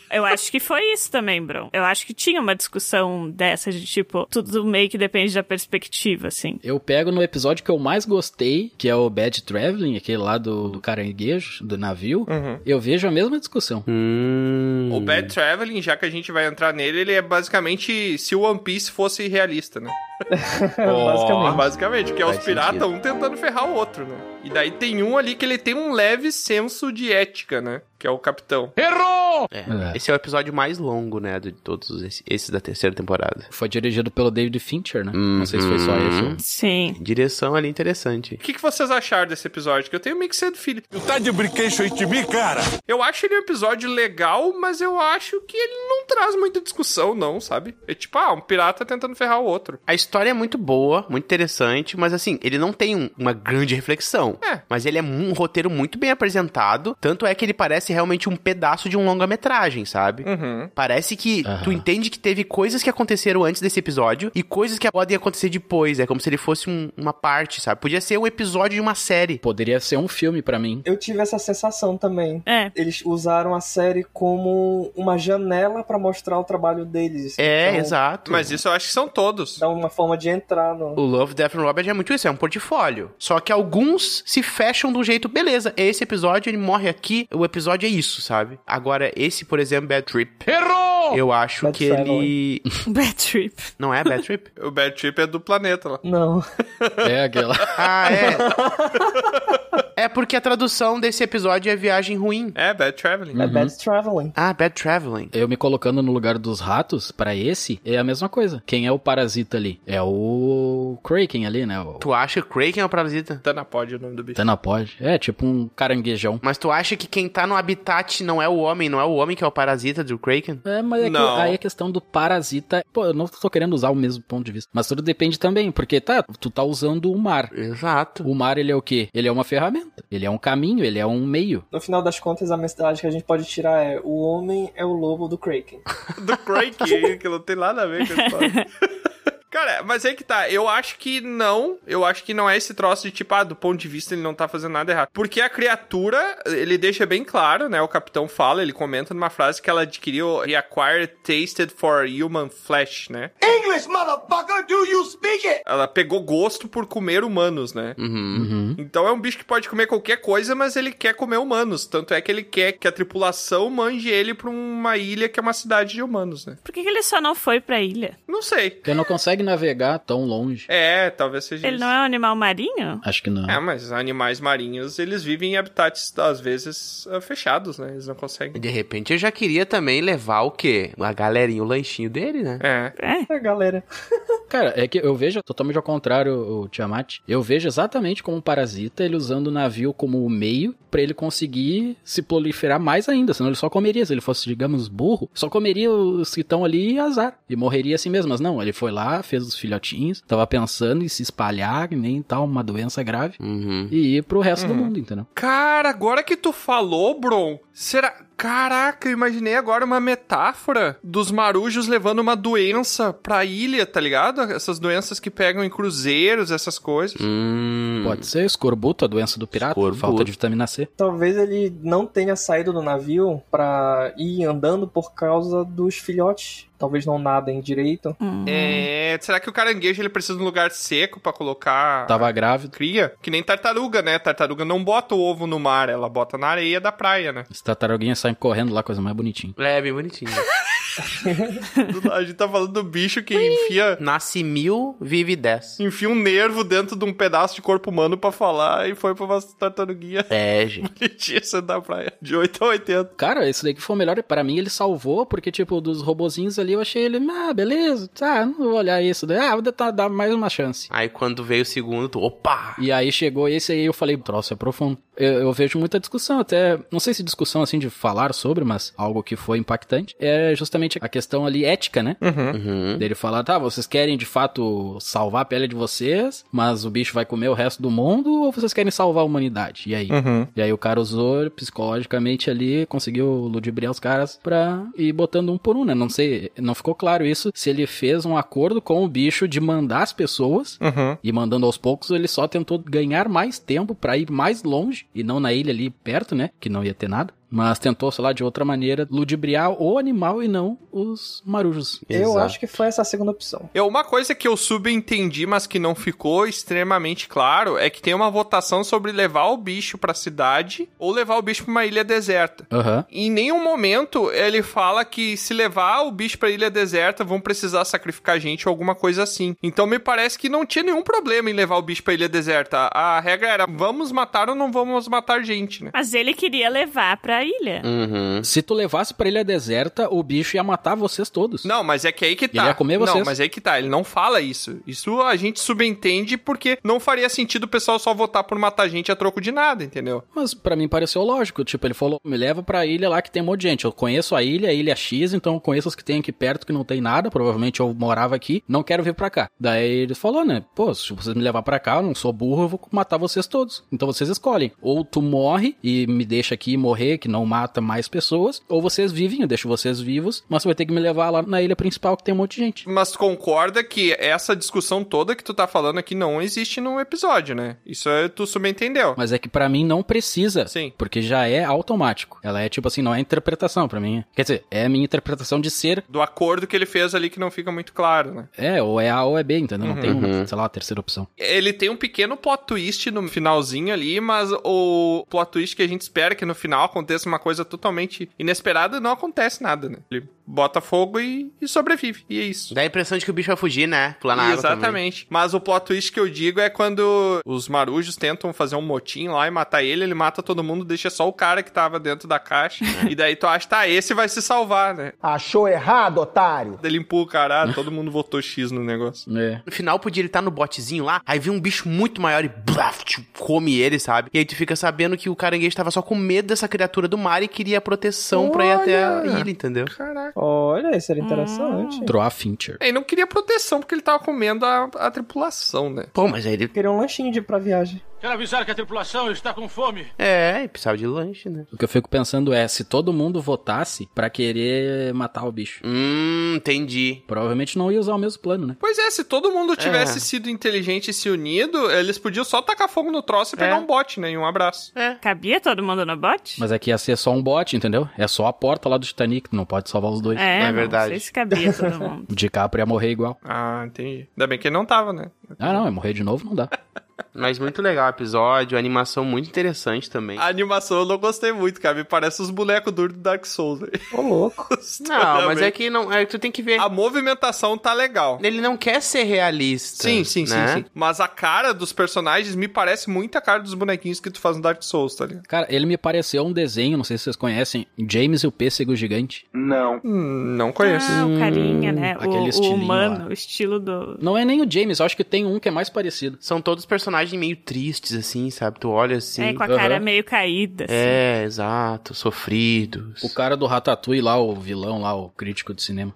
Eu acho que foi isso também, Bron. Eu acho que tinha uma discussão dessa de tipo, tudo meio que depende da perspectiva, assim. Eu pego no episódio que eu mais gostei, que é o Bad Traveling, aquele lá do, do caranguejo, do navio. Uhum. Eu vejo a mesma discussão. Hum. O Bad Traveling, já que a gente vai entrar nele, ele é basicamente se o One Piece fosse realista, né? É, Basicamente. Basicamente, que é Faz os piratas, sentido. um tentando ferrar o outro, né? E daí tem um ali que ele tem um leve senso de ética, né? Que é o capitão. Errou! É. Esse é o episódio mais longo, né, de todos esses esses da terceira temporada. Foi dirigido pelo David Fincher, né? Não sei se foi só Uhum. esse. Sim. Direção ali interessante. O que, que vocês acharam desse episódio? Que eu tenho meio que cedo filho. Tu tá de brinquedo aí de mim, cara? Eu acho ele um episódio legal, mas eu acho que ele não traz muita discussão, não, sabe? É tipo, ah, um pirata tentando ferrar o outro. A história é muito boa, muito interessante, mas assim, ele não tem um- uma grande reflexão. Mas ele é um roteiro muito bem apresentado, tanto é que ele parece realmente um pedaço de um longa-metragem, sabe? Parece que tu entende que teve coisas que aconteceram antes desse episódio e coisas que podem acontecer depois. É como se ele fosse um- uma parte, sabe? Podia ser um episódio de uma série. Poderia ser um filme pra mim. Eu tive essa sensação também. É, Eles usaram a série como uma janela pra mostrar o trabalho deles. É, Então, Mas isso eu acho que são todos. Dá uma forma de entrar no. O Love, Death and Robert é muito isso, é um portfólio. Só que alguns se fecham do jeito, beleza, esse episódio ele morre aqui, o episódio é isso, sabe? Agora, esse, por exemplo, Bad Trip. Errou! Eu acho que ele... Bad Trip. Não é Bad Trip? O Bad Trip é do planeta lá. Não. É aquela. Ah, é. é porque a tradução desse episódio é Viagem Ruim. É, Bad Traveling. É Bad Traveling. Ah, Bad Traveling. Eu me colocando no lugar dos ratos, pra esse, é a mesma coisa. Quem é o parasita ali? É o Kraken ali, né? O Tu acha que o Kraken é um parasita? Tanapod é o nome do bicho. Tanapod. É, tipo um caranguejão. Mas tu acha que quem tá no habitat não é o homem, não é o homem que é o parasita do Kraken? É, mas é que Não. aí a questão do parasita. Pô, eu não tô querendo usar o mesmo ponto de vista. Mas tudo depende também, porque tá, tu tá usando o mar. Exato. O mar, ele é o quê? Ele é uma ferramenta. Ele é um caminho, ele é um meio. No final das contas, a mensagem que a gente pode tirar é: o homem é o lobo do Kraken. do Cranky, que não tem nada a ver com a história. Cara, mas aí que tá. Eu acho que não. Eu acho que não é esse troço de tipo, ah, do ponto de vista ele não tá fazendo nada errado. Porque a criatura, ele deixa bem claro, né? O capitão fala, ele comenta numa frase que ela adquiriu e acquired tasted for human flesh, né? English, motherfucker, do you speak it? Ela pegou gosto por comer humanos, né? Então é um bicho que pode comer qualquer coisa, mas ele quer comer humanos. Tanto é que ele quer que a tripulação manje ele pra uma ilha que é uma cidade de humanos, né? Por que, que ele só não foi pra ilha? Não sei. Ele não consegue navegar tão longe. É, talvez seja Ele isso. não é um animal marinho? Acho que não. É, mas animais marinhos, eles vivem em habitats, às vezes, eh, fechados, né? Eles não conseguem. De repente eu já queria também levar o quê? A galerinha, o lanchinho dele, né? É. É, galera. Cara, é que eu vejo totalmente ao contrário o Tiamat. Eu vejo exatamente como um parasita, ele usando o navio como o meio pra ele conseguir se proliferar mais ainda. Senão ele só comeria, se ele fosse, digamos, burro, só comeria os que estão ali e azar. E morreria assim mesmo. Mas não, ele foi lá, fez os filhotinhos, tava pensando em se espalhar, que nem tal, uma doença grave, Uhum. e ir pro resto do mundo, entendeu? Cara, agora que tu falou, Bron, será. Caraca, eu imaginei agora uma metáfora dos marujos levando uma doença pra ilha, tá ligado? Essas doenças que pegam em cruzeiros, essas coisas. Uhum. Hum. Pode ser escorbuto, a doença do pirata, falta de vitamina C. Talvez ele não tenha saído do navio pra ir andando por causa dos filhotes. Talvez não nadem direito. É, será que o caranguejo ele precisa de um lugar seco pra colocar Tava grávido. cria? Que nem tartaruga, né? Tartaruga não bota o ovo no mar, ela bota na areia da praia, né? As tartaruguinhas saem correndo lá, coisa mais bonitinha. É, bem bonitinho. A gente tá falando do bicho que enfia. Nasce mil, vive dez. Enfia um nervo dentro de um pedaço de corpo humano pra falar e foi pra uma tartaruguinha. É, gente. Bonitíssimo da praia. De 8 a 80. Cara, esse daí que foi o melhor. Pra mim, ele salvou, porque, tipo, dos robozinhos ali, eu achei ele, ah, beleza, tá, não vou olhar isso. daí. Ah, vou tentar dar mais uma chance. Aí quando veio o segundo, tu, opa! E aí chegou esse aí, eu falei, troço é profundo. Eu, eu vejo muita discussão, até, não sei se discussão, assim, de falar sobre, mas algo que foi impactante, é justamente a questão ali ética, né? Uhum, Uhum. Dele falar, tá, vocês querem, de fato, salvar a pele de vocês, mas o bicho vai comer o resto do mundo, ou vocês querem salvar a humanidade? E aí? Uhum. E aí o cara usou psicologicamente ali, conseguiu ludibriar os caras pra ir botando um por um, né? Não sei, não ficou claro isso, se ele fez um acordo com o bicho de mandar as pessoas Uhum. e mandando aos poucos, ele só tentou ganhar mais tempo pra ir mais longe e não na ilha ali perto, né? Que não ia ter nada. Mas tentou, sei lá, de outra maneira, ludibriar o animal e não os marujos. Eu acho que foi essa a segunda opção. É uma coisa que eu subentendi, mas que não ficou extremamente claro, é que tem uma votação sobre levar o bicho pra cidade ou levar o bicho pra uma ilha deserta. Aham. Em nenhum momento ele fala que se levar o bicho pra ilha deserta vão precisar sacrificar gente ou alguma coisa assim. Então me parece que não tinha nenhum problema em levar o bicho pra ilha deserta. A regra era vamos matar ou não vamos matar gente, né? Mas ele queria levar pra pra ilha. Uhum. Se tu levasse pra ilha deserta, o bicho ia matar vocês todos. Não, mas é que aí que tá. Ele ia comer vocês. Não, mas aí que tá. Ele não fala isso. Isso a gente subentende porque não faria sentido o pessoal só votar por matar gente a troco de nada, entendeu? Mas pra mim pareceu lógico. Tipo, ele falou: me leva pra ilha lá que tem um monte de gente. Eu conheço a ilha, a ilha é X, então eu conheço as que tem aqui perto que não tem nada. Provavelmente eu morava aqui, não quero vir pra cá. Daí ele falou, né? Pô, se vocês me levar pra cá, eu não sou burro, eu vou matar vocês todos. Então vocês escolhem. Ou tu morre e me deixa aqui morrer, que não mata mais pessoas. Ou vocês vivem, eu deixo vocês vivos, mas você vai ter que me levar lá na ilha principal que tem um monte de gente. Mas tu concorda que essa discussão toda que tu tá falando aqui não existe num episódio, né? Isso é- tu subentendeu. Mas é que pra mim não precisa. Sim. Porque já é automático. Ela é tipo assim, não é interpretação pra mim. Quer dizer, é a minha interpretação de ser. Do acordo que ele fez ali que não fica muito claro, né? É, ou é A ou é B, entendeu? Não Uhum. tem, uma, Uhum. sei lá, uma terceira opção. Ele tem um pequeno plot twist no finalzinho ali, mas o plot twist que a gente espera que no final aconteça uma coisa totalmente inesperada, não acontece nada, né? Ele bota fogo e, e sobrevive, e é isso. Dá a impressão de que o bicho vai fugir, né? Pular na água também. Exatamente. Mas o plot twist que eu digo é quando os marujos tentam fazer um motim lá e matar ele, ele mata todo mundo, deixa só o cara que tava dentro da caixa. É. e daí tu acha, tá, esse vai se salvar, né? Achou errado, otário. Ele empurra o cara, ah, todo mundo votou X no negócio. É. No final podia ele estar no botezinho lá, aí vem um bicho muito maior e blaf, tipo, come ele, sabe? E aí tu fica sabendo que o caranguejo tava só com medo dessa criatura do mar e queria proteção pra ir até a Olha! ilha, entendeu? Caraca. Olha, isso era interessante. Draw Fincher. Ele não queria proteção porque ele tava comendo a, a tripulação, né? Pô, mas aí ele... Queria um lanchinho de pra viagem. Quero avisar que a tripulação está com fome. É, ele precisava de lanche, né? O que eu fico pensando é se todo mundo votasse pra querer matar o bicho. Hum, entendi. Provavelmente não ia usar o mesmo plano, né? Pois é, se todo mundo tivesse É. sido inteligente e se unido, eles podiam só tacar fogo no troço e pegar É. um bote, né? E um abraço. Cabia todo mundo no bote? Mas aqui ia ser só um bot, entendeu? É só a porta lá do Titanic, não pode salvar os dois. É, É não verdade. sei se cabia todo mundo. O DiCaprio ia morrer igual. Ah, entendi. Ainda bem que ele não tava, né? Ah, não, ia morrer de novo, não dá. Mas muito legal o episódio, a animação muito interessante também. A animação eu não gostei muito, cara. Me parece os bonecos duros do Dark Souls, né? velho. Ô, louco. Não, mas é que não, é que tu tem que ver. A movimentação tá legal. Ele não quer ser realista. Sim, sim, né? sim, sim. Mas a cara dos personagens me parece muito a cara dos bonequinhos que tu faz no Dark Souls, tá ligado? Cara, ele me pareceu um desenho, não sei se vocês conhecem, James e o Pêssego Gigante. Não. Hum, Não conheço. Ah, o carinha, né? O- aquele o, estilinho humano, o estilo do. Não é nem o James, eu acho que tem um que é mais parecido. São todos personagens meio tristes, assim, sabe? Tu olha assim. É, com a cara Aham. meio caída. assim. É, exato, sofridos. O cara do Ratatouille lá, o vilão lá, o crítico de cinema.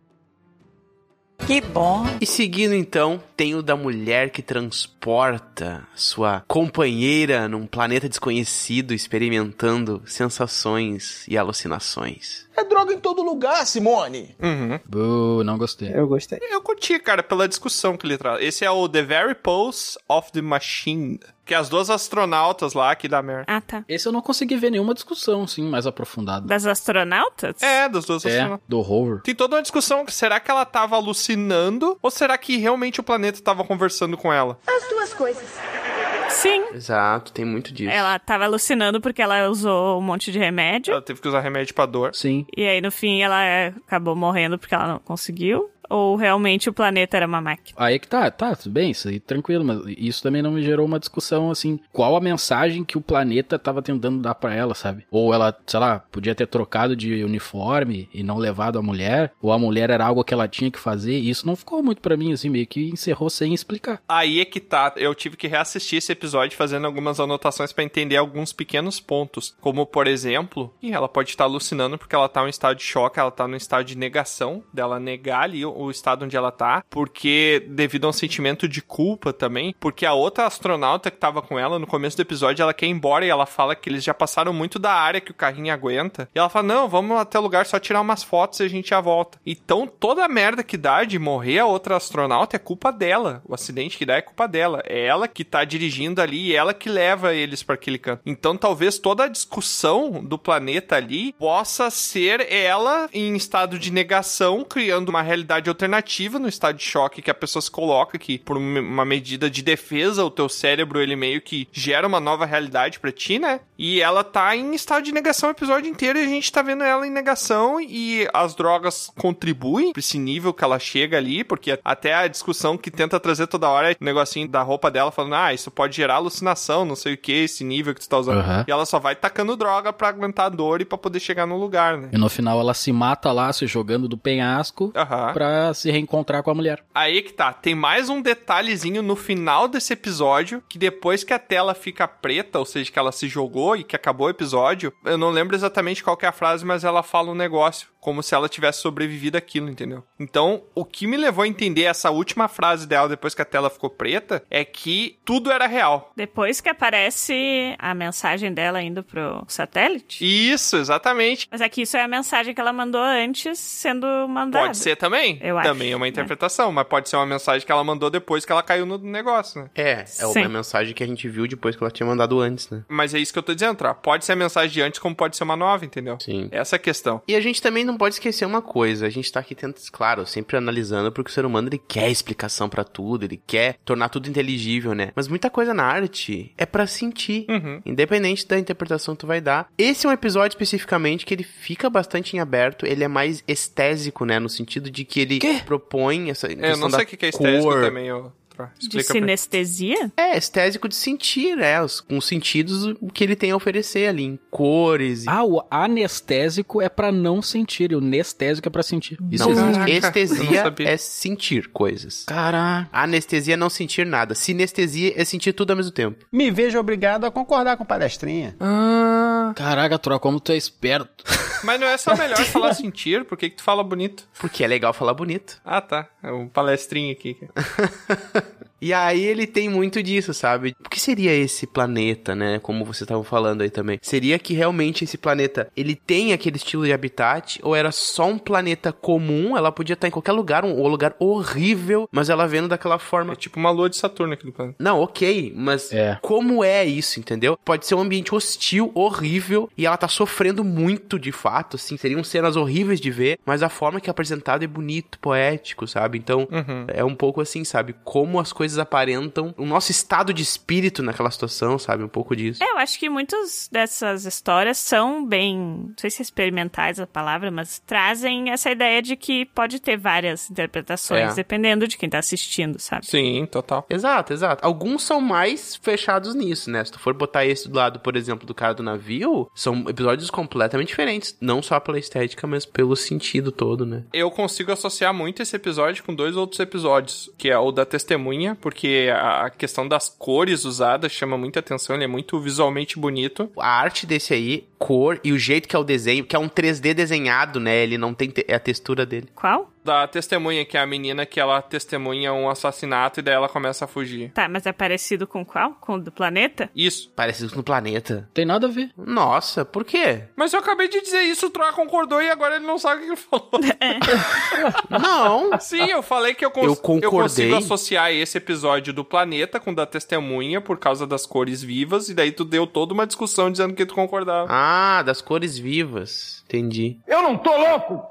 Que bom. E seguindo então, tem o da mulher que transporta sua companheira num planeta desconhecido, experimentando sensações e alucinações. É droga em todo lugar, Simone. Uhum. Bu, não gostei. Eu gostei. Eu curti, cara, pela discussão que ele traz. Esse é o The Very Pulse of the Machine. Que é as duas astronautas lá que dá merda. Ah, tá. Esse eu não consegui ver nenhuma discussão, assim, mais aprofundada. Das astronautas? É, das duas É, astronautas. do Rover. Tem toda uma discussão que será que ela tava alucinando ou será que realmente o planeta tava conversando com ela? As duas coisas. Sim. Exato, tem muito disso. Ela tava alucinando porque ela usou um monte de remédio. Ela teve que usar remédio pra dor. Sim. E aí, no fim, ela é, acabou morrendo porque ela não conseguiu. Ou realmente o planeta era uma máquina. Aí que tá, tá, tudo bem, isso aí tranquilo, mas isso também não me gerou uma discussão assim, qual a mensagem que o planeta tava tentando dar pra ela, sabe? Ou ela, sei lá, podia ter trocado de uniforme e não levado a mulher, ou a mulher era algo que ela tinha que fazer, e isso não ficou muito pra mim, assim, meio que encerrou sem explicar. Aí é que tá. Eu tive que reassistir esse episódio fazendo algumas anotações pra entender alguns pequenos pontos. Como, por exemplo, que ela pode estar alucinando porque ela tá em um estado de choque, ela tá num estado de negação, dela negar ali o o estado onde ela tá, porque devido a um sentimento de culpa também, porque a outra astronauta que tava com ela no começo do episódio, ela quer ir embora e ela fala que eles já passaram muito da área que o carrinho aguenta. E ela fala: "Não, vamos até o lugar só tirar umas fotos e a gente já volta". Então, toda a merda que dá de morrer a outra astronauta é culpa dela. O acidente que dá é culpa dela. É ela que tá dirigindo ali e ela que leva eles pra aquele canto. Então, talvez toda a discussão do planeta ali possa ser ela em estado de negação, criando uma realidade alternativa no estado de choque que a pessoa se coloca que por um- uma medida de defesa o teu cérebro ele meio que gera uma nova realidade pra ti, né? E ela tá em estado de negação o episódio inteiro e a gente tá vendo ela em negação e as drogas contribuem pra esse nível que ela chega ali, porque até a discussão que tenta trazer toda hora é o negocinho da roupa dela falando, ah, isso pode gerar alucinação, não sei o que, esse nível que tu tá usando. Aham. E ela só vai tacando droga pra aguentar a dor e pra poder chegar no lugar, né? E no final ela se mata lá, se jogando do penhasco Aham. pra se reencontrar com a mulher. Aí que tá, tem mais um detalhezinho no final desse episódio, que depois que a tela fica preta, ou seja, que ela se jogou e que acabou o episódio, eu não lembro exatamente qual que é a frase, mas ela fala um negócio, como se ela tivesse sobrevivido aquilo, entendeu? Então, o que me levou a entender essa última frase dela depois que a tela ficou preta, é que tudo era real. Depois que aparece a mensagem dela indo pro satélite? Isso, exatamente. Mas aqui isso é a mensagem que ela mandou antes sendo mandada. Pode ser também. Eu acho, também é uma né? interpretação, mas pode ser uma mensagem que ela mandou depois que ela caiu no negócio, né? É, é Sim. uma mensagem que a gente viu depois que ela tinha mandado antes, né? Mas é isso que eu tô dizendo, tá? Pode ser a mensagem de antes, como pode ser uma nova, entendeu? Sim. Essa é a questão. E a gente também não pode esquecer uma coisa, a gente tá aqui tentando, claro, sempre analisando, porque o ser humano ele quer explicação pra tudo, ele quer tornar tudo inteligível, né? Mas muita coisa na arte é pra sentir, Uhum. independente da interpretação que tu vai dar. Esse é um episódio especificamente que ele fica bastante em aberto, ele é mais estésico, né, no sentido de que ele propõe essa É, eu não da sei o que que é estésico cor. também, eu... Tá, De sinestesia? É, estésico de sentir, né? Os, com os sentidos o que ele tem a oferecer ali, em cores. Ah, o anestésico é pra não sentir, e o nestésico é pra sentir. Isso não, Eu anestesia não é sentir coisas. Caraca. Anestesia é não sentir nada. Sinestesia é sentir tudo ao mesmo tempo. Me vejo obrigado a concordar com palestrinha. Caraca, Troa, como tu é esperto. Mas não é só melhor falar sentir, por que que tu fala bonito? Porque é legal falar bonito. Ah, tá. É um palestrinho aqui. E aí ele tem muito disso, sabe? O que seria esse planeta, né? Como vocês estavam falando aí também. Seria que realmente esse planeta, ele tem aquele estilo de habitat ou era só um planeta comum? Ela podia estar em qualquer lugar, um, um lugar horrível, mas ela vendo daquela forma. É tipo uma lua de Saturno aqui do planeta. Não, ok, mas como é isso, entendeu? Pode ser um ambiente hostil, horrível, e ela tá sofrendo muito de fato, assim. Seriam cenas horríveis de ver, mas a forma que é apresentado é bonito, poético, sabe? Então, Uhum. é um pouco assim, sabe? Como as coisas aparentam o nosso estado de espírito naquela situação, sabe? Um pouco disso. É, eu acho que muitas dessas histórias são bem, não sei se experimentais é a palavra, mas trazem essa ideia de que pode ter várias interpretações, É. dependendo de quem tá assistindo, sabe? Sim, total. Exato, exato. Alguns são mais fechados nisso, né? Se tu for botar esse do lado, por exemplo, do cara do navio, são episódios completamente diferentes. Não só pela estética, mas pelo sentido todo, né? Eu consigo associar muito esse episódio com dois outros episódios, que é o da testemunha, porque a a questão das cores usadas chama muita atenção, ele é muito visualmente bonito. A arte desse aí, cor e o jeito que é o desenho, que é um 3D desenhado, né? Ele não tem te- é a textura dele. Qual? Da testemunha, que é a menina que ela testemunha um assassinato e daí ela começa a fugir. Tá, mas é parecido com qual? Com o do planeta? Isso. Parecido com o planeta. Tem nada a ver. Nossa, por quê? Mas eu acabei de dizer isso, o Troá concordou e agora ele não sabe o que ele falou. Não. Sim, eu falei que eu, cons Eu eu concordei. consigo associar esse episódio do planeta com o da testemunha por causa das cores vivas, e daí tu deu toda uma discussão dizendo que tu concordava. Ah, das cores vivas. Entendi. Eu não tô louco!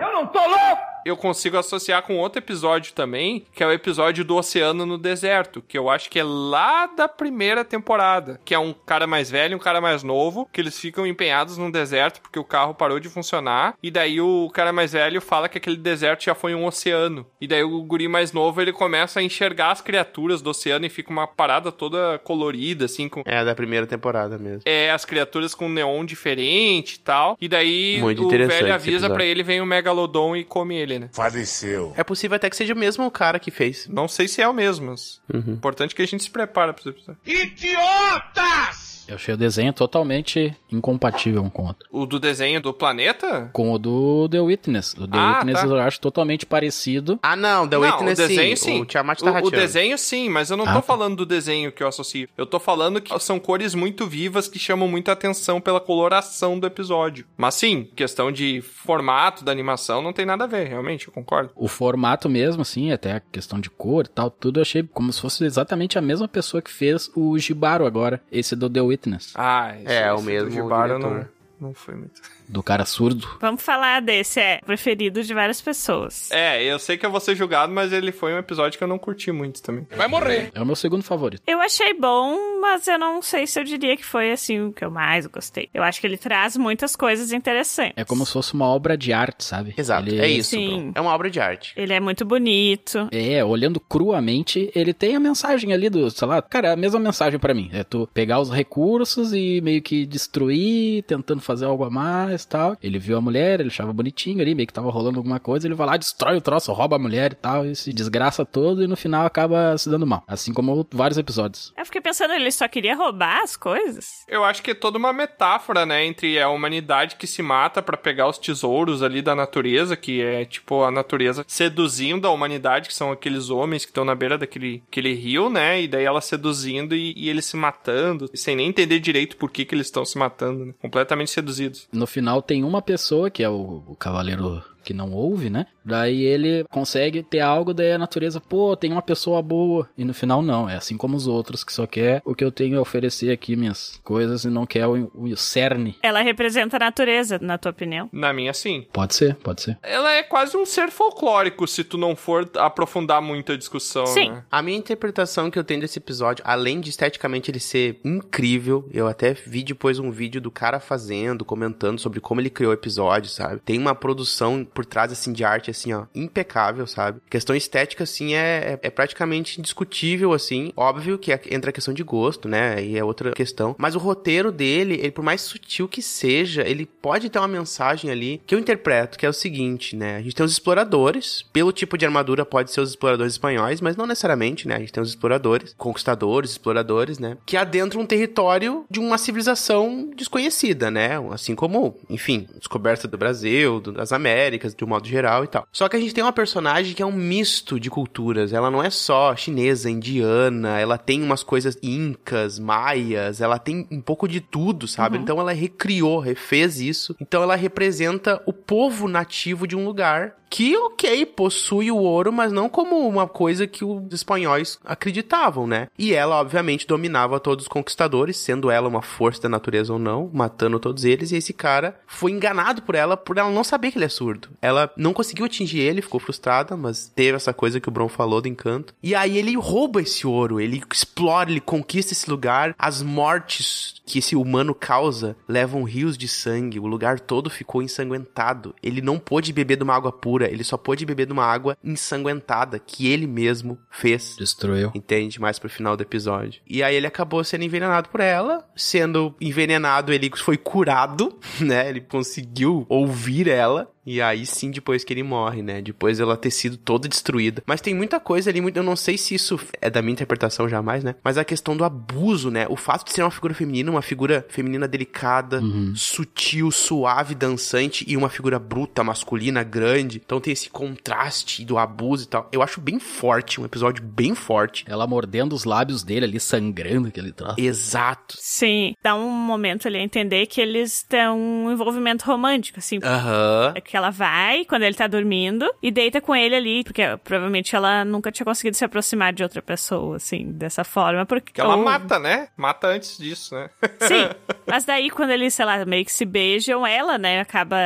Eu não tô louco! Eu consigo associar com outro episódio também, que é o episódio do Oceano no Deserto, que eu acho que é lá da primeira temporada, que é um cara mais velho e um cara mais novo, que eles ficam empenhados num deserto porque o carro parou de funcionar, e daí o cara mais velho fala que aquele deserto já foi um oceano. E daí o guri mais novo, ele começa a enxergar as criaturas do oceano e fica uma parada toda colorida, assim, com... É, da primeira temporada mesmo. É, as criaturas com neon diferente e tal. E daí Muito o interessante velho esse avisa episódio. pra ele, vem o Megalodon e come ele, né? Faleceu. É possível até que seja o mesmo cara que fez. Não sei se é o mesmo, mas... é Importante que a gente se prepara pra esse episódio. Idiotas! Eu achei o desenho totalmente incompatível um com o outro. O do desenho do planeta? Com o do The Witness. O The Ah, Witness tá. eu acho totalmente parecido. Ah, não, The não, Witness o desenho sim. sim. O Tiamat tá o, o rateando. desenho sim, mas eu não Ah, tô tá. falando do desenho que eu associo. Eu tô falando que são cores muito vivas que chamam muita atenção pela coloração do episódio. Mas sim, questão de formato da animação não tem nada a ver, realmente, eu concordo. O formato mesmo, assim, até a questão de cor e tal, tudo eu achei como se fosse exatamente a mesma pessoa que fez o Gibaro agora, esse do The Witness. Ah, isso, É, o esse do mesmo Jibaro diretor. não- não foi muito. Do cara surdo. Vamos falar desse, é preferido de várias pessoas. É, eu sei que eu vou ser julgado, mas ele foi um episódio que eu não curti muito também. Vai morrer! É o meu segundo favorito. Eu achei bom, mas eu não sei se eu diria que foi assim o que eu mais gostei. Eu acho que ele traz muitas coisas interessantes. É como se fosse uma obra de arte, sabe? Exato, Ele- é isso. Sim. Bruno. É uma obra de arte. Ele é muito bonito. É, olhando cruamente, ele tem a mensagem ali do, sei lá, cara, é a mesma mensagem pra mim. É tu pegar os recursos e meio que destruir, tentando fazer algo a mais e tal. Ele viu a mulher, ele achava bonitinho ali, meio que tava rolando alguma coisa, ele vai lá, destrói o troço, rouba a mulher e tal, e se desgraça todo e no final acaba se dando mal. Assim como vários episódios. Eu fiquei pensando, ele só queria roubar as coisas? Eu acho que é toda uma metáfora, né, entre a humanidade que se mata pra pegar os tesouros ali da natureza, que é tipo a natureza seduzindo a humanidade, que são aqueles homens que estão na beira daquele aquele rio, né, e daí ela seduzindo e, e eles se matando, sem nem entender direito por que, que eles estão se matando, né, completamente seduzidos. No final tem uma pessoa, que é o, o cavaleiro que não ouve, né? Daí ele consegue ter algo, daí a natureza, pô, tem uma pessoa boa. E no final não, é assim como os outros, que só quer o que eu tenho a oferecer aqui, minhas coisas, e não quer o, o cerne. Ela representa a natureza, na tua opinião? Na minha, sim. Pode ser, pode ser. Ela é quase um ser folclórico, se tu não for aprofundar muito a discussão, né? A minha interpretação que eu tenho desse episódio, além de esteticamente ele ser incrível, eu até vi depois um vídeo do cara fazendo, comentando sobre como ele criou o episódio, sabe? Tem uma produção por trás, assim, de arte, assim, ó, impecável, sabe? Questão estética, assim, é, é, é praticamente indiscutível, assim. Óbvio que é- entra a questão de gosto, né? E é outra questão. Mas o roteiro dele, ele, por mais sutil que seja, ele pode ter uma mensagem ali que eu interpreto, que é o seguinte, né? A gente tem os exploradores, pelo tipo de armadura pode ser os exploradores espanhóis, mas não necessariamente, né? A gente tem os exploradores, conquistadores, exploradores, né? Que adentram um território de uma civilização desconhecida, né? Assim como, enfim, descoberta do Brasil, do- das Américas, de um modo geral e tal. Só que a gente tem uma personagem que é um misto de culturas. Ela não é só chinesa, indiana, ela tem umas coisas incas, maias, ela tem um pouco de tudo, sabe? Então ela recriou, refez isso. Então ela representa o povo nativo de um lugar que, ok, possui o ouro, mas não como uma coisa que os espanhóis acreditavam, né? E ela, obviamente, dominava todos os conquistadores, sendo ela uma força da natureza ou não, matando todos eles. E esse cara foi enganado por ela, por ela não saber que ele é surdo. Ela não conseguiu atingir ele, ficou frustrada, mas teve essa coisa que o Bron falou do encanto. E aí ele rouba esse ouro, ele explora, ele conquista esse lugar. As mortes que esse humano causa levam rios de sangue, o lugar todo ficou ensanguentado. Ele não pôde beber de uma água pura, ele só pôde beber de uma água ensanguentada que ele mesmo fez. Destruiu. Entende mais pro final do episódio. E aí ele acabou sendo envenenado por ela, sendo envenenado ele foi curado, né? Ele conseguiu ouvir ela. E aí sim, depois que ele morre, né? Depois ela ter sido toda destruída. Mas tem muita coisa ali, muito- eu não sei se isso é da minha interpretação jamais, né? Mas a questão do abuso, né? O fato de ser uma figura feminina, uma figura feminina delicada, sutil, suave, dançante e uma figura bruta, masculina, grande. Então tem esse contraste do abuso e tal. Eu acho bem forte, um episódio bem forte. Ela mordendo os lábios dele ali, sangrando aquele troço. Exato. Sim, dá um momento ali a entender que eles têm um envolvimento romântico, Ah. assim. Aham. É que ela vai quando ele tá dormindo e deita com ele ali, porque provavelmente ela nunca tinha conseguido se aproximar de outra pessoa, assim, dessa forma. Porque Que ela ou- mata, né? Mata antes disso, né? Sim, mas daí quando eles, sei lá, meio que se beijam, ela, né, acaba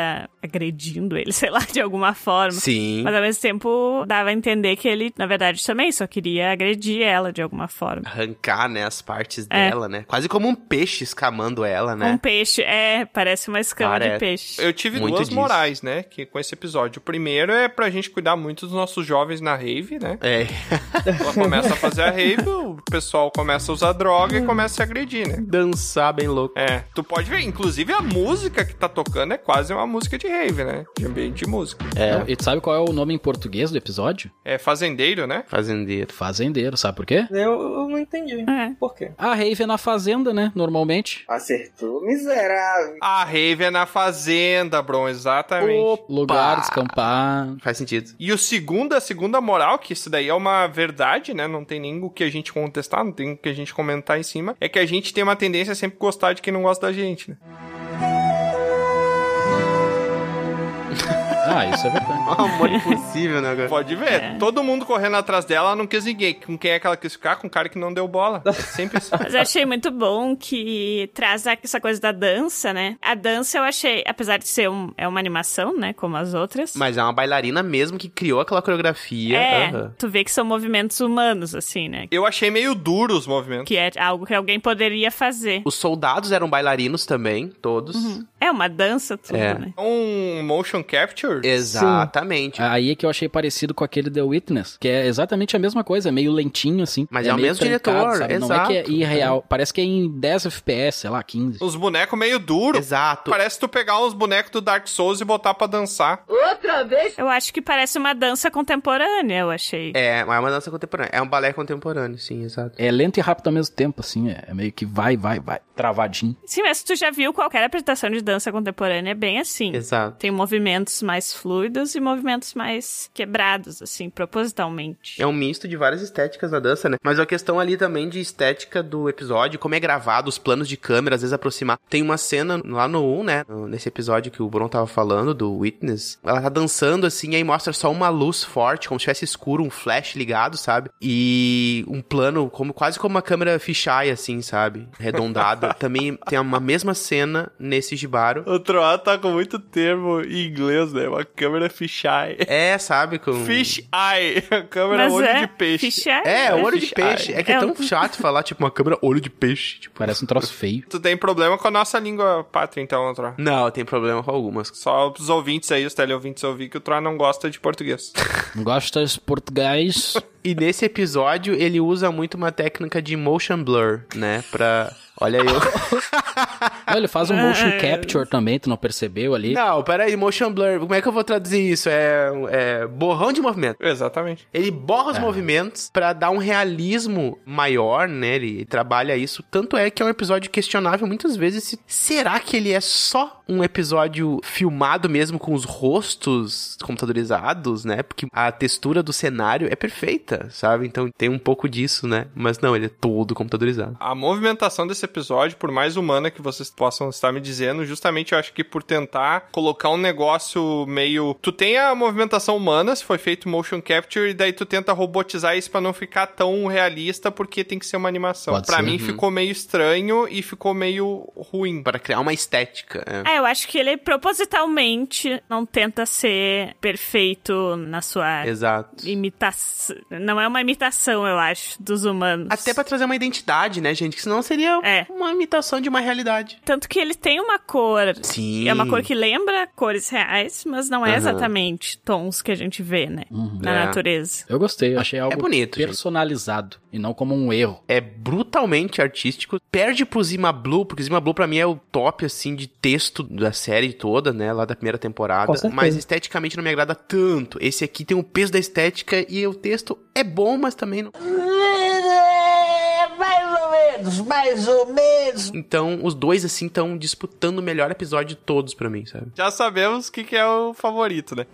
agredindo ele, sei lá, de alguma forma. Sim. Mas ao mesmo tempo dava a entender que ele, na verdade, também só queria agredir ela de alguma forma. Arrancar, né, as partes É. dela, né? Quase como um peixe escamando ela, né? Um peixe, é, parece uma escama de peixe. Eu tive Muito duas disso. morais, né? Que com esse episódio. O primeiro é pra gente cuidar muito dos nossos jovens na rave, né? É. Ela começa a fazer a rave, o pessoal começa a usar droga e começa a se agredir, né? Dançar bem louco. É. Tu pode ver, inclusive a música que tá tocando é quase uma música de rave, né? De ambiente de música. É, e tu sabe qual é o nome em português do episódio? É fazendeiro, né? Fazendeiro. Fazendeiro, sabe por quê? Eu, eu não entendi. Por quê? A rave é na fazenda, né? Normalmente. Acertou, miserável. A rave é na fazenda, Bron, exatamente. Lugar, descampar. Faz sentido. E o segundo, a segunda moral, que isso daí é uma verdade, né? Não tem nem o que a gente contestar, não tem o que a gente comentar em cima, é que a gente tem uma tendência a sempre gostar de quem não gosta da gente, né? Ah, isso é verdade. Um amor impossível, né, cara? Pode ver. É. Todo mundo correndo atrás dela, ela não quis ninguém. Com quem é que ela quis ficar? Com o cara que não deu bola. É sempre assim. Mas eu achei muito bom que traz essa coisa da dança, né? A dança eu achei, apesar de ser um, é uma animação, né? Como as outras. Mas é uma bailarina mesmo que criou aquela coreografia. É, Aham. tu vê que são movimentos humanos, assim, né? Eu achei meio duro os movimentos. Que é algo que alguém poderia fazer. Os soldados eram bailarinos também, todos. É uma dança tudo, É. né? Um motion capture? Exatamente. Aí é que eu achei parecido com aquele The Witness, que é exatamente a mesma coisa, é meio lentinho assim. Mas é o meio mesmo trancado, diretor, sabe? Não é que é exato. irreal, parece que é em 10 FPS, sei lá, 15. Os bonecos meio duro. Exato. Parece tu pegar uns bonecos do Dark Souls e botar pra dançar. Outra vez? Eu acho que parece uma dança contemporânea, eu achei. É, mas é uma dança contemporânea. É um balé contemporâneo, sim, exato. É lento e rápido ao mesmo tempo, assim, é é meio que vai, vai, vai, travadinho. Sim, mas tu já viu qualquer apresentação de dança contemporânea é bem assim. Exato. Tem movimentos mais fluidos e movimentos mais quebrados, assim, propositalmente. É um misto de várias estéticas na dança, né? Mas a questão ali também de estética do episódio, como é gravado, os planos de câmera, às vezes aproximar. Tem uma cena lá no 1, né? Nesse episódio que o Bruno tava falando, do Witness. Ela tá dançando assim, e aí mostra só uma luz forte, como se tivesse escuro, um flash ligado, sabe? E um plano, como quase como uma câmera fisheye, assim, sabe? Arredondada. também tem uma mesma cena nesse Jibaro. O Troá tá com muito termo em inglês, né? Uma câmera fisheye. É, sabe? Com... Fish eye. A um câmera Hum. mas olho é, de peixe. fichar, É, né? olho de Fish peixe. eye. É que é É tão um- chato falar, tipo, uma câmera olho de peixe. Tipo, Parece um troço feio. Tu tem problema com a nossa língua pátria, então, Troá. não, tem problema com algumas. Só os ouvintes aí, os teleouvintes ouvir que o Troá não gosta de português. Não gosta de português? E nesse episódio ele usa muito uma técnica de motion blur, né? Pra. Olha eu. Olha, ele faz um motion capture também, tu não percebeu ali? Não, peraí, motion blur. Como é que eu vou traduzir isso? É, é borrão de movimento. Exatamente. Ele borra os movimentos pra dar um realismo maior, né? Ele trabalha isso. Tanto é que é um episódio questionável muitas vezes. Se, será que ele é só um episódio filmado mesmo com os rostos computadorizados, né? Porque a textura do cenário é perfeita, sabe? Então tem um pouco disso, né? Mas não, ele é todo computadorizado. A movimentação desse episódio, por mais humana que vocês possam estar me dizendo, justamente eu acho que por tentar colocar um negócio meio. Tu tem a movimentação humana, se foi feito motion capture, e daí tu tenta robotizar isso pra não ficar tão realista, porque tem que ser uma animação. Pode Pra ser. mim Uhum. ficou meio estranho e ficou meio ruim. Para criar uma estética. é. Ah, eu acho que ele propositalmente não tenta ser perfeito na sua Exato. imitação. Não é uma imitação, eu acho, dos humanos. Até pra trazer uma identidade, né, gente? Que senão seria É. uma imitação de uma realidade. Tanto que ele tem uma cor. Sim. É uma cor que lembra cores reais, mas não é Hum. Aham. exatamente tons que a gente vê, né? Na É. natureza. Eu gostei, eu achei algo bonito, gente. personalizado e não como um erro. é brutalmente artístico. Perde pro Zima Blue, porque Zima Blue pra mim é o top assim de texto da série toda, né, lá da primeira temporada, Com certeza. mas esteticamente não me agrada tanto. Esse aqui tem o peso da estética e o texto é bom, mas também não. É, Mais ou menos, mais ou menos. Então, os dois assim estão disputando o melhor episódio de todos pra mim, sabe? Já sabemos o que, que é o favorito, né?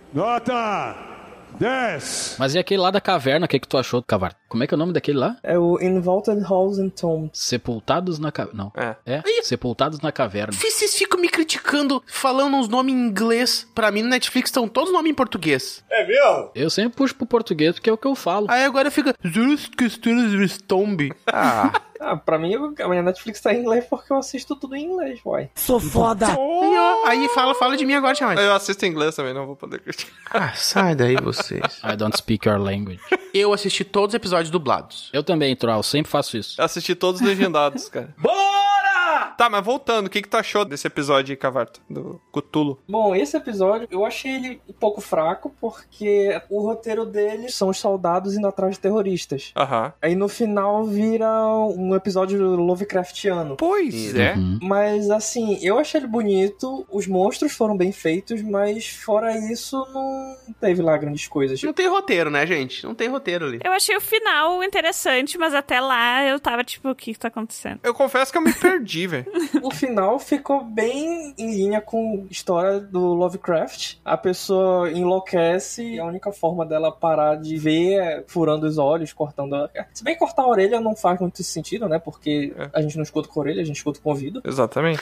Mas e aquele lá da caverna, o que, que tu achou do cavar? Como é que é o nome daquele lá? É o Involted Halls and Tomb. Sepultados na caverna. Não. É. É, Sepultados na É. caverna. Vocês ficam me criticando falando uns nomes em inglês. Pra mim no Netflix estão todos nomes em português. Eu sempre puxo pro português porque é o que eu falo. Aí agora fica Ah, Ah, pra mim, eu- a minha Netflix tá em inglês porque eu assisto tudo em inglês, uai. Sou foda! aí, ó, aí fala, fala de mim agora, Chamate. É. Eu assisto em inglês também, não vou poder criticar. Ah, sai daí vocês. I don't speak your language. Eu assisti todos os episódios dublados. Eu também, Troll, sempre faço isso. Eu assisti todos legendados, cara. Bora! Tá, mas voltando, o que, que tu achou desse episódio aí, Cavarto? Do Cutulo? Bom, esse episódio eu achei ele um pouco fraco porque o roteiro dele são os soldados indo atrás de terroristas. Aham. Aí no final vira um episódio Lovecraftiano. Pois é. Uhum. Mas assim, eu achei ele bonito, os monstros foram bem feitos, mas fora isso não teve lá grandes coisas. Não tem roteiro, né, gente? Não tem roteiro ali. Eu achei o final interessante, mas até lá eu tava tipo, o que que tá acontecendo? Eu confesso que eu me perdi, velho. o final ficou bem em linha com a história do Lovecraft. A pessoa enlouquece e a única forma dela parar de ver é furando os olhos, cortando a. Se bem que cortar a orelha não faz muito sentido, né? Porque a gente não escuta com a orelha, a gente escuta com o ouvido. Exatamente.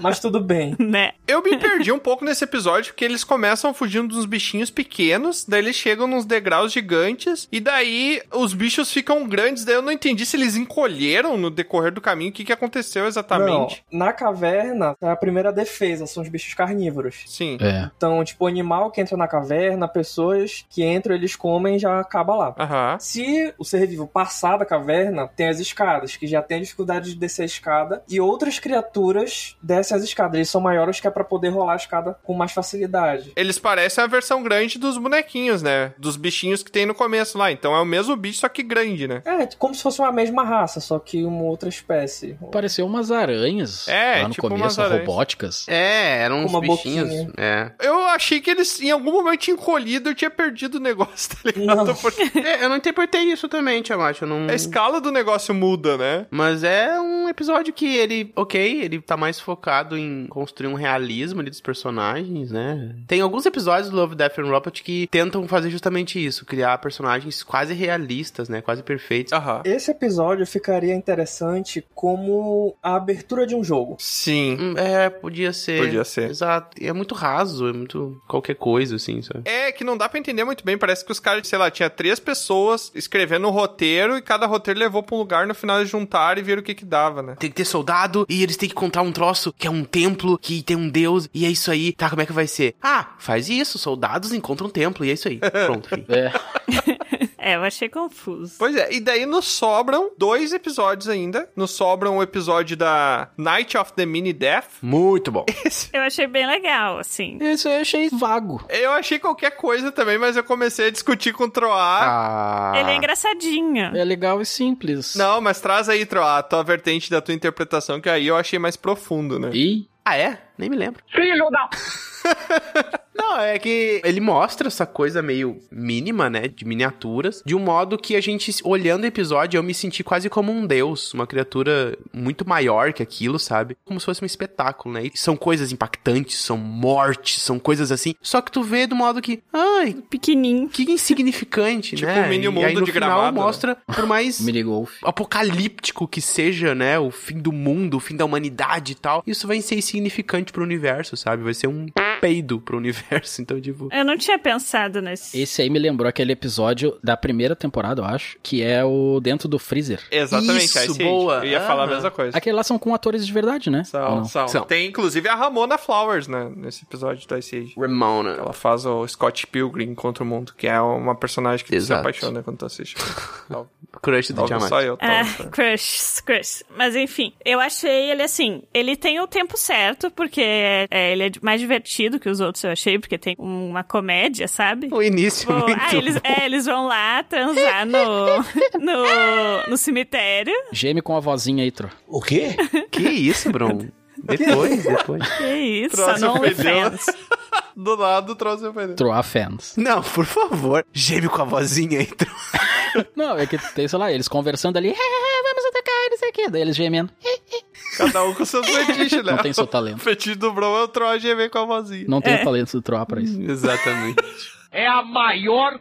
Mas tudo bem. Né? Eu me perdi um pouco nesse episódio, porque eles começam fugindo dos bichinhos pequenos, daí eles chegam nos degraus gigantes, e daí os bichos ficam grandes, daí eu não entendi se eles encolheram no decorrer do caminho, o que, que aconteceu exatamente. Não, na caverna, é a primeira defesa são os bichos carnívoros. Sim. É. Então, tipo, animal que entra na caverna, pessoas que entram, eles comem e já acaba lá. Aham. Se o ser vivo passar da caverna, tem as escadas, que já tem a dificuldade de descer a escada, e outras criaturas descem as escadas. Eles são maiores que é pra poder rolar a escada com mais facilidade. Eles parecem a versão grande dos bonequinhos, né? Dos bichinhos que tem no começo lá. Então é o mesmo bicho, só que grande, né? É, como se fosse uma mesma raça, só que uma outra espécie. Pareceu umas aranhas É, lá no tipo umas começo, aranhas. robóticas. É, eram Com uns uma bichinhos. boquinha. É. Eu achei que eles, em algum momento, tinham encolhido, eu tinha perdido o negócio, tá ligado? Não. Porque É, Eu não interpretei isso também, Tiamat. Eu não... a escala do negócio muda, né? Mas é um episódio que ele, ok, ele tá mais focado em construir um realismo ali dos personagens, né? Tem alguns episódios do Love, Death and Robot que tentam fazer justamente isso, criar personagens quase realistas, né? Quase perfeitos. Aham. Esse episódio ficaria interessante como a abertura de um jogo. Sim. Hum, É, podia ser. Podia ser. Exato. E É muito raso, é muito qualquer coisa, assim, sabe? É que não dá pra entender muito bem. Parece que os caras, sei lá, tinha três pessoas escrevendo um roteiro e cada roteiro levou pra um lugar no final eles juntaram e viram o que que dava, né? Tem que ter soldado e eles têm que contar um troço que é um templo, que tem um deus, e é isso aí. Tá, como é que vai ser? Ah, faz isso, soldados encontram um templo, e é isso aí. Pronto, fim. É. É, eu achei confuso. Pois é, e daí nos sobram dois episódios ainda. Nos sobram o episódio da Night of the Mini Death. Muito bom. Eu achei bem legal, assim. Isso eu achei vago. Eu achei qualquer coisa também, mas eu comecei a discutir com o Troar. Ah. Ele é engraçadinho. É legal e simples. Não, mas traz aí, Troar, a tua vertente da tua interpretação, que aí eu achei mais profundo, né? E Ah, é? Nem me lembro. Filho da... Não, é que ele mostra essa coisa meio mínima, né? De miniaturas. De um modo que a gente, olhando o episódio, eu me senti quase como um deus. Uma criatura muito maior que aquilo, sabe? Como se fosse um espetáculo, né? E são coisas impactantes, são mortes, são coisas assim. Só que tu vê do modo que. Ai. Pequenininho. Que insignificante, Tipo né? um mini E aí, mundo no de final, gramado, né? mostra, por mais minigolf. apocalíptico que seja, né? O fim do mundo, o fim da humanidade e tal. Isso vai ser insignificante pro universo, sabe? Vai ser um peido pro universo. Então, tipo. Eu não tinha pensado nesse. Esse aí me lembrou aquele episódio da primeira temporada, eu acho, que é o Dentro do Freezer. Exatamente, Isso, aí sim, boa. Eu ia falar a Aham. mesma coisa. Aquele lá são com atores de verdade, né? Ou São, não? são. São. Tem inclusive a Ramona Flowers, né? Nesse episódio do Ice Age. Ramona. Ela faz o Scott Pilgrim contra o mundo, que é uma personagem que tu se Exato. apaixona quando tu assiste. Tal- Crush do Talvez Tiamat. só eu. Ah, talvez. crush, crush. Mas enfim, eu achei ele assim. Ele tem o tempo certo, porque é, ele é mais divertido que os outros, eu achei, porque tem uma comédia, sabe? O início é Tipo, muito ah, eles, bom. é, eles vão lá transar no, no, no cemitério. Geme com a vozinha aí, Tro. O quê? Que isso, Bruno? Depois, depois. Que É isso, Troço não fedeu. fans. Do lado, o troço vai Troar fans. Não, por favor. Gêmeo com a vozinha então. aí. Não, é que tem, sei lá, eles conversando ali, "É, é, vamos atacar, não sei o quê. Daí eles gemendo. Cada um com seus fetiches, né? Não tem seu O talento. fetiche do Bron é o Troll GV com a vozinha. Não tem o talento do Troar pra isso. Exatamente. É a maior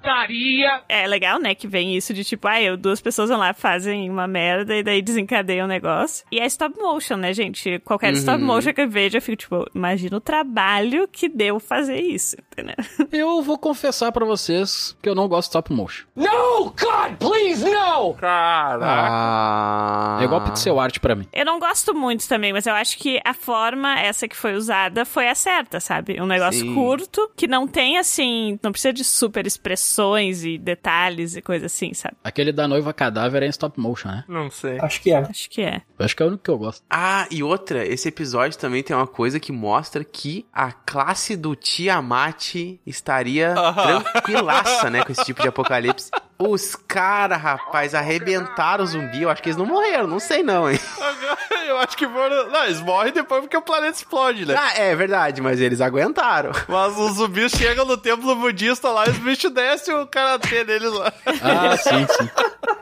putaria. É legal, né, que vem isso de tipo, ah, eu, duas pessoas vão lá, fazem uma merda e daí desencadeia o negócio. E é stop motion, né, gente? Qualquer Uhum. stop motion que eu vejo, eu fico tipo, imagina o trabalho que deu fazer isso, entendeu? Eu vou confessar pra vocês que eu não gosto de stop motion. No, God, please, no! Caraca. Ah. É igual pixel art pra mim. Eu não gosto muito também, mas eu acho que a forma essa que foi usada foi a certa, sabe? Um negócio Sim. curto, que não tem assim, não precisa de super expressões e detalhes e coisa assim, sabe? Aquele da noiva cadáver é em stop motion, né? Não sei. Acho que é. Acho que é. Eu acho que é o único que eu gosto. Ah, e outra, esse episódio também tem uma coisa que mostra que a classe do Tiamat estaria Aham. tranquilaça, né, com esse tipo de apocalipse. Os caras, rapaz, arrebentaram o zumbi. Eu acho que eles não morreram, não sei não, hein. Agora, eu acho que foram... Não, eles morrem depois porque o planeta explode, né? Ah, é verdade, mas eles aguentaram. Mas os zumbis chegam no templo budista lá e os bichos descem o karatê deles lá. Ah, sim, sim.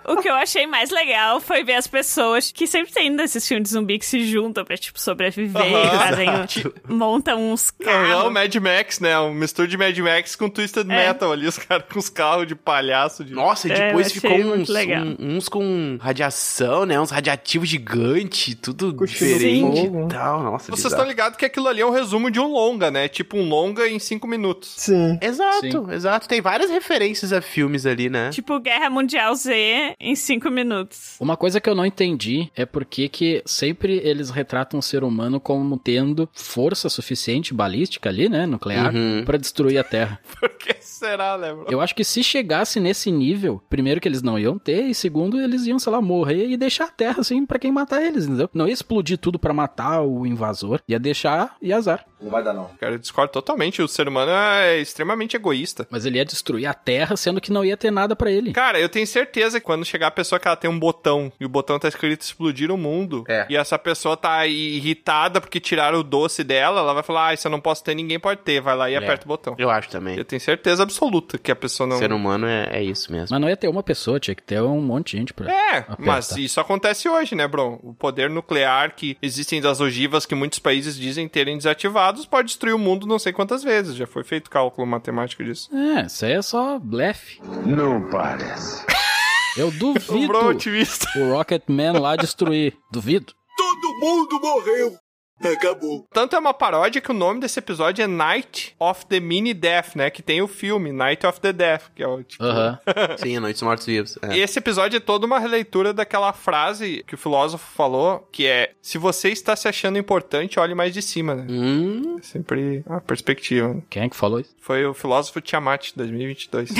O que eu achei mais legal foi ver as pessoas que sempre tem nesses filmes de zumbi que se juntam pra, tipo, sobreviver, Aham. fazem, um, Exato. montam uns Não, é o carros. Mad Max, né? Um mistura de Mad Max com Twisted Ah, É. Metal ali, os caras com os carros de palhaço. De... Nossa, e depois ficou uns, legal. um- uns com radiação, né? Uns radiativos gigantes, tudo cheiro do diferente fogo. e tal. Nossa, Vocês bizarro. estão ligados que aquilo ali é um resumo de um longa, né? Tipo um longa em cinco minutos. Sim. Exato, exato. Tem várias referências a filmes ali, né? Tipo, Guerra Mundial Z em cinco minutos. Uma coisa que eu não entendi é por que que sempre eles retratam o ser humano como tendo força suficiente balística ali, né, nuclear, Uhum. pra destruir a Terra. que será, né, bro? Eu acho que se chegasse nesse nível, primeiro que eles não iam ter, e segundo, eles iam, sei lá, morrer e deixar a terra, assim, pra quem matar eles, entendeu? Não ia explodir tudo pra matar o invasor, ia deixar e azar. Não vai dar, não. Cara, eu discordo totalmente. O ser humano é extremamente egoísta. Mas ele ia destruir a terra, sendo que não ia ter nada pra ele. Cara, eu tenho certeza que quando chegar a pessoa que ela tem um botão e o botão tá escrito explodir o mundo, É. e essa pessoa tá irritada porque tiraram o doce dela, ela vai falar: ah, isso eu não posso ter, ninguém pode ter. Vai lá É. e aperta o botão. Eu acho também. Eu tenho certeza absoluta que a pessoa não. Ser humano é, é isso mesmo. Mas não ia ter uma pessoa, tinha que ter um monte de gente pra. É, apertar. mas isso acontece hoje, né, Bron? O poder nuclear que existem das ogivas que muitos países dizem terem desativados pode destruir o mundo não sei quantas vezes. Já foi feito cálculo matemático disso. É, isso aí é só blefe. Não parece. Eu Um duvido Bro o Rocketman lá destruir. Duvido. Todo mundo morreu! Acabou. Tanto é uma paródia que o nome desse episódio é Night of the Mini Death, né? Que tem o filme Night of the Death, que é o Ah. tipo. Aham. Sim, a Noite dos Mortos Vivos. é. E esse episódio é toda uma releitura daquela frase que o filósofo falou, que é: se você está se achando importante, olhe mais de cima, né? Hum. Sempre a perspectiva. né? Quem é que falou isso? Foi o filósofo Tiamat, 2022.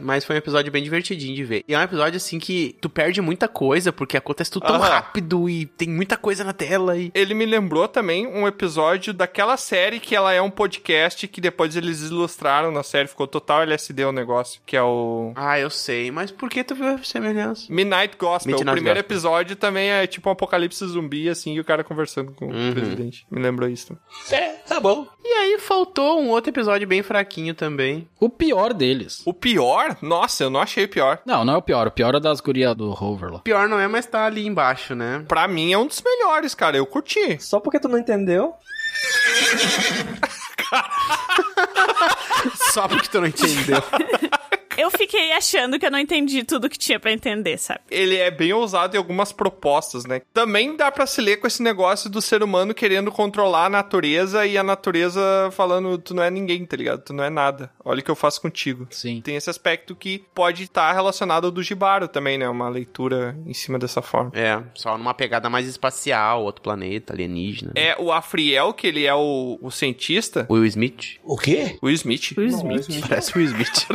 Mas foi um episódio bem divertidinho de ver. E é um episódio assim que tu perde muita coisa, porque acontece tudo tão Aham. rápido e tem muita coisa na tela e. Ele me lembrou também um episódio daquela série que ela é um podcast que depois eles ilustraram na série, ficou total LSD o negócio, que é o Ah, eu sei, mas por que tu viu a semelhança? Midnight Gospel. o Midnight primeiro Gospel. episódio também é tipo um apocalipse zumbi, assim, e o cara conversando com Uhum. o presidente. Me lembrou isso também. É, tá bom. E aí faltou um outro episódio bem fraquinho também. O pior deles. O pior? Nossa, eu não achei o pior. Não, não é o pior. O pior é das gurias do Rover lá. Pior não é, mas tá ali embaixo, né? Pra mim é um dos melhores, cara. Eu curti. Só porque tu não entendeu? Só porque tu não entendeu. Eu fiquei achando que eu não entendi tudo que tinha pra entender, sabe? Ele é bem ousado em algumas propostas, né? Também dá pra se ler com esse negócio do ser humano querendo controlar a natureza e a natureza falando, tu não é ninguém, tá ligado? Tu não é nada. Olha o que eu faço contigo. Sim. Tem esse aspecto que pode estar relacionado ao do Gibaro também, né? Uma leitura em cima dessa forma. É, só numa pegada mais espacial, outro planeta, alienígena. É o Afriel, que ele é o, o cientista. Will Smith? O quê? Will Smith. Will Smith. Parece Will Smith.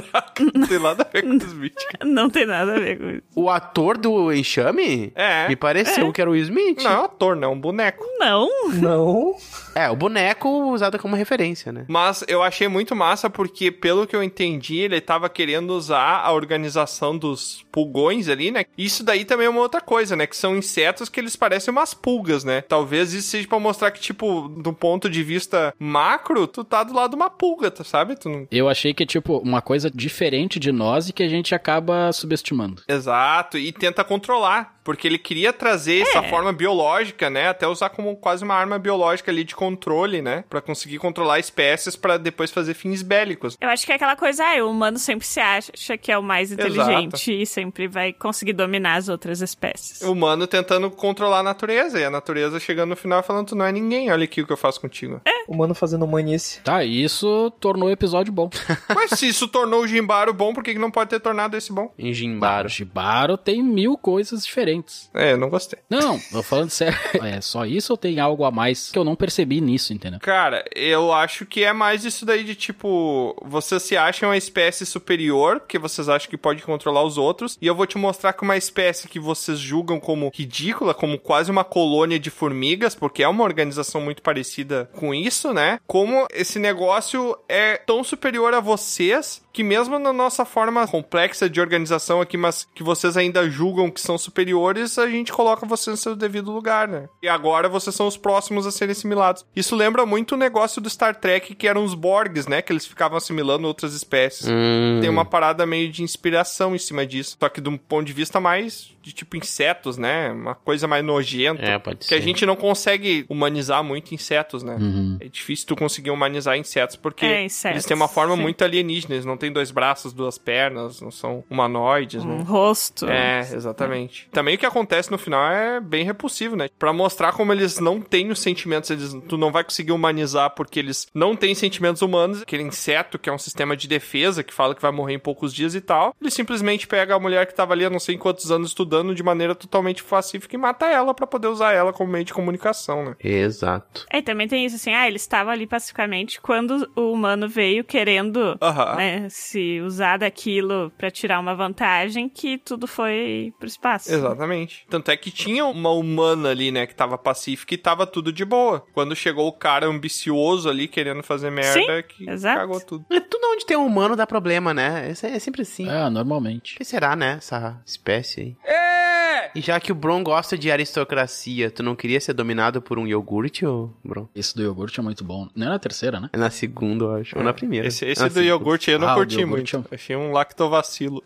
Não tem nada a ver com o Smith. Não tem nada a ver com isso. O ator do Enxame? É. Me pareceu É. que era o Will Smith. Não é um ator, não, é um boneco. Não. Não. É, o boneco usado como referência, né? Mas eu achei muito massa porque, pelo que eu entendi, ele tava querendo usar a organização dos pulgões ali, né? Isso daí também é uma outra coisa, né? Que são insetos que eles parecem umas pulgas, né? Talvez isso seja pra mostrar que, tipo, do ponto de vista macro, tu tá do lado de uma pulga, tu sabe? Tu não... Eu achei que, tipo, uma coisa diferente de nós e que a gente acaba subestimando. Exato, e tenta controlar, porque ele queria trazer essa forma biológica, né? Até usar como quase uma arma biológica ali de controle, né? Pra conseguir controlar espécies pra depois fazer fins bélicos. Eu acho que é aquela coisa, ah, o humano sempre se acha que é o mais Exato. inteligente e sempre vai conseguir dominar as outras espécies. O humano tentando controlar a natureza, e a natureza chegando no final falando: Tu não é ninguém, olha aqui o que eu faço contigo. O mano fazendo manice. Tá, e isso tornou o episódio bom. Mas se isso tornou o Jimbaro bom, por que que não pode ter tornado esse bom? Em Jimbaro. Jibaro tem mil coisas diferentes. É, eu não gostei. Não, tô falando sério. É só isso ou tem algo a mais que eu não percebi nisso, entendeu? Cara, eu acho que é mais isso daí de tipo, vocês se acham uma espécie superior, porque vocês acham que pode controlar os outros, e eu vou te mostrar que uma espécie que vocês julgam como ridícula, como quase uma colônia de formigas, porque é uma organização muito parecida com isso, né? Como esse negócio é tão superior a vocês que mesmo na nossa forma complexa de organização aqui, mas que vocês ainda julgam que são superiores, a gente coloca vocês no seu devido lugar, né? E agora vocês são os próximos a serem assimilados. Isso lembra muito o negócio do Star Trek, que eram os Borgs, né? Que eles ficavam assimilando outras espécies. Hum. Tem uma parada meio de inspiração em cima disso. Só que de um ponto de vista mais de tipo insetos, né? Uma coisa mais nojenta. É, pode Que a ser. gente não consegue humanizar muito insetos, né? Uhum. É difícil tu conseguir humanizar insetos, porque É, insetos, eles têm uma forma sim. muito alienígena. Eles não têm dois braços, duas pernas, não são humanoides, Um né? rosto. É, exatamente. Também o que acontece no final é bem repulsivo, né? Pra mostrar como eles não têm os sentimentos, eles, tu não vai conseguir humanizar porque eles não têm sentimentos humanos. Aquele inseto que é um sistema de defesa que fala que vai morrer em poucos dias e tal, ele simplesmente pega a mulher que tava ali há não sei quantos anos estudando de maneira totalmente pacífica e mata ela pra poder usar ela como meio de comunicação, né? Exato. É, e também tem isso, assim, ah, eles estavam ali pacificamente quando o humano veio querendo Aham. né, se usar daquilo pra tirar uma vantagem, que tudo foi pro espaço. Exatamente. Tanto é que tinha uma humana ali, né, que tava pacífica e tava tudo de boa. Quando chegou o cara ambicioso ali querendo fazer merda, Sim, que exato. cagou tudo. É tudo onde tem um humano dá problema, né? É, é sempre assim. Ah, normalmente. O que será, né? Essa espécie aí. É! E já que o Bron gosta de aristocracia, tu não queria ser dominado por um iogurte, ô Bron? Esse do iogurte é muito bom. Não é na terceira, né? É na segunda, eu acho. Ou na primeira. É. Esse, esse Ah, do sim. iogurte aí eu não Ah, o do curti iogurte muito. Achei um lactovacilo.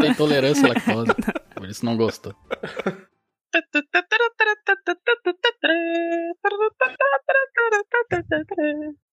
Tem tolerância à lactose. Por isso não gostou.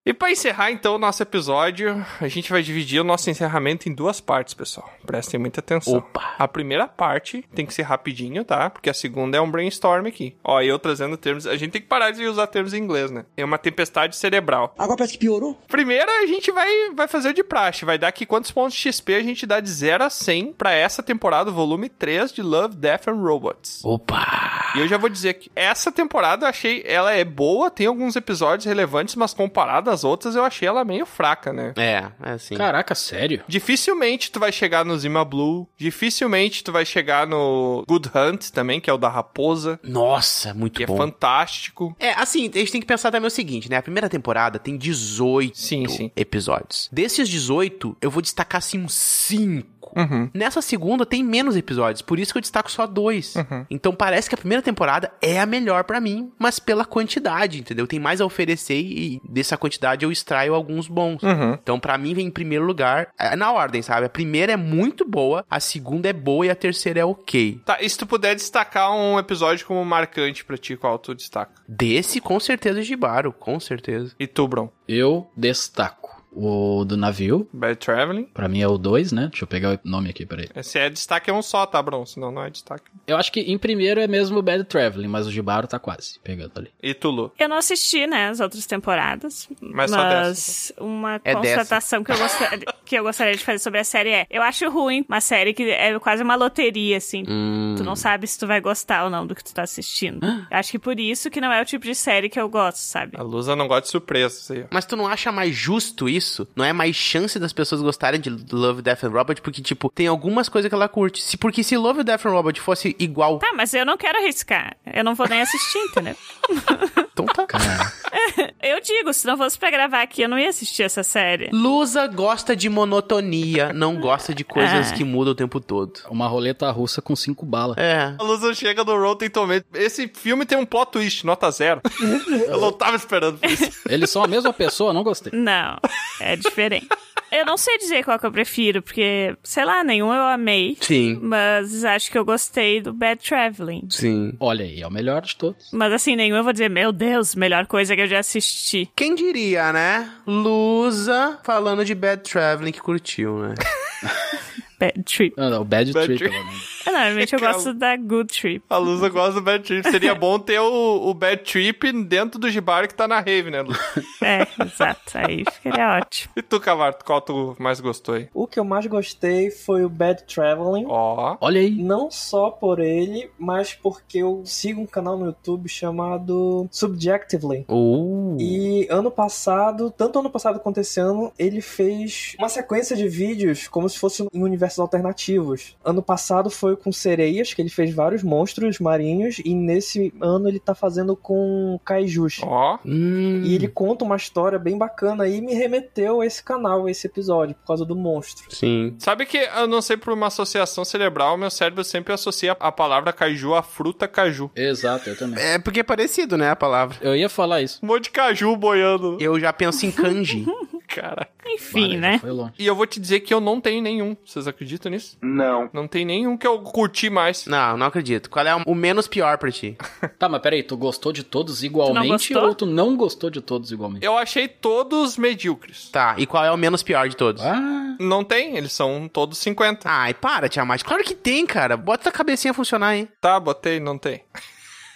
E pra encerrar então o nosso episódio, a gente vai dividir o nosso encerramento em duas partes, pessoal. Prestem muita atenção. Opa! A primeira parte tem que ser rapidinho, tá? Porque a segunda é um brainstorm aqui. Ó, eu trazendo termos. A gente tem que parar de usar termos em inglês, né? É uma tempestade cerebral. Agora parece que piorou. Primeiro a gente vai, vai fazer de praxe. Vai dar aqui quantos pontos de XP a gente dá de 0 a 100 pra essa temporada, volume 3 de Love, Death and Robots. Opa! E eu já vou dizer que essa temporada eu achei ela é boa, tem alguns episódios relevantes, mas comparada às outras eu achei ela meio fraca, né? É, é assim. Caraca, sério? Dificilmente tu vai chegar no Zima Blue, dificilmente tu vai chegar no Good Hunt também, que é o da raposa, Nossa, muito que bom. é fantástico. É, assim, a gente tem que pensar também o seguinte, né? A primeira temporada tem 18 Sim, sim. episódios. Desses 18, eu vou destacar, assim, uns 5. Uhum. Nessa segunda tem menos episódios, por isso que eu destaco só dois. Uhum. Então parece que a primeira temporada é a melhor pra mim, mas pela quantidade, entendeu? Tem mais a oferecer e dessa quantidade eu extraio alguns bons. Uhum. Então, pra mim, vem em primeiro lugar, é na ordem, sabe? A primeira é muito boa, a segunda é boa e a terceira é ok. Tá, e se tu puder destacar um episódio como marcante pra ti, qual tu destaca? Desse, com certeza, é Gibaro, com certeza. E tu, Bron? Eu destaco o do navio. Bad Traveling? Pra mim é o 2, né? Deixa eu pegar o nome aqui, peraí. Se é destaque é um só, tá, Bron? Senão não é destaque. Eu acho que em primeiro é mesmo o Bad Traveling, mas o Gibaro tá quase pegando ali. E tu, Lu? Eu não assisti, né, as outras temporadas, Mas mas, só uma É dessa. constatação que eu, gostaria, que eu gostaria de fazer sobre a série é, eu acho ruim uma série que é quase uma loteria, assim, Hum. Tu não sabe se tu vai gostar ou não do que tu tá assistindo. Acho que por isso que não é o tipo de série que eu gosto, sabe? A Lusa não gosta de surpresa, isso aí. ó. Mas tu não acha mais justo isso? Não é mais chance das pessoas gostarem de Love, Death and Robot? Porque, tipo, tem algumas coisas que ela curte. Se, porque se Love, Death and Robot fosse igual... Tá, mas eu não quero arriscar. Eu não vou nem assistir, entendeu? Então tá. Eu digo, se não fosse pra gravar aqui, eu não ia assistir essa série. Lusa gosta de monotonia, não gosta de coisas É. que mudam o tempo todo. Uma roleta russa com cinco balas. É. A Lusa chega no Rotten Tomatoes. Esse filme tem um plot twist, nota zero. Eu não tava esperando por isso. Eles são a mesma pessoa, não gostei. Não, é diferente. eu não sei dizer qual que eu prefiro, porque, sei lá, nenhum eu amei. Sim. Mas acho que eu gostei do Bad Traveling. Sim. Olha aí, é o melhor de todos. Mas assim, nenhum eu vou dizer, meu Deus, melhor coisa que eu já assisti. Quem diria, né? Lusa falando de Bad Traveling que curtiu, né? Bad Trip. Ah, Não, não, o Bad, Bad Trip. Trip. pelo menos. Eu, Normalmente eu Calma. gosto da Good Trip. A Lusa gosta do Bad Trip. Seria bom ter o, o Bad Trip dentro do Gibaro que tá na Rave, né, Lu? É, exato. Aí ficaria ótimo. E tu, Cavarto, qual tu mais gostou aí? O que eu mais gostei foi o Bad Traveling. Ó. Olha aí. Não só por ele, mas porque eu sigo um canal no YouTube chamado Subjectively. Uh. E ano passado, tanto ano passado quanto esse ano, ele fez uma sequência de vídeos como se fosse em universos alternativos. Ano passado foi com sereias, que ele fez vários monstros marinhos, e nesse ano ele tá fazendo com kaijus. Ó. Hum. E ele conta uma história bem bacana e me remeteu a esse canal, a esse episódio, por causa do monstro. Sim. Sabe que eu não sei por uma associação cerebral, meu cérebro sempre associa a palavra caju à fruta caju. Exato, eu também. É porque é parecido, né, a palavra. Eu ia falar isso. Um monte de caju boiando. Eu já penso em kanji. Cara. Enfim, Vale, né? já Foi longe. E eu vou te dizer que eu não tenho nenhum. Vocês acreditam nisso? Não. Não tem nenhum que eu curti mais. Não, não acredito. Qual é o menos pior pra ti? Tá, mas peraí, tu gostou de todos igualmente gostou? ou tu não gostou de todos igualmente? Eu achei todos medíocres. Tá, e qual é o menos pior de todos? Ah, Não tem, eles são todos 50. Ai, para, Tiamat. Claro que tem, cara. Bota a cabecinha a funcionar, hein? Tá, botei, não tem.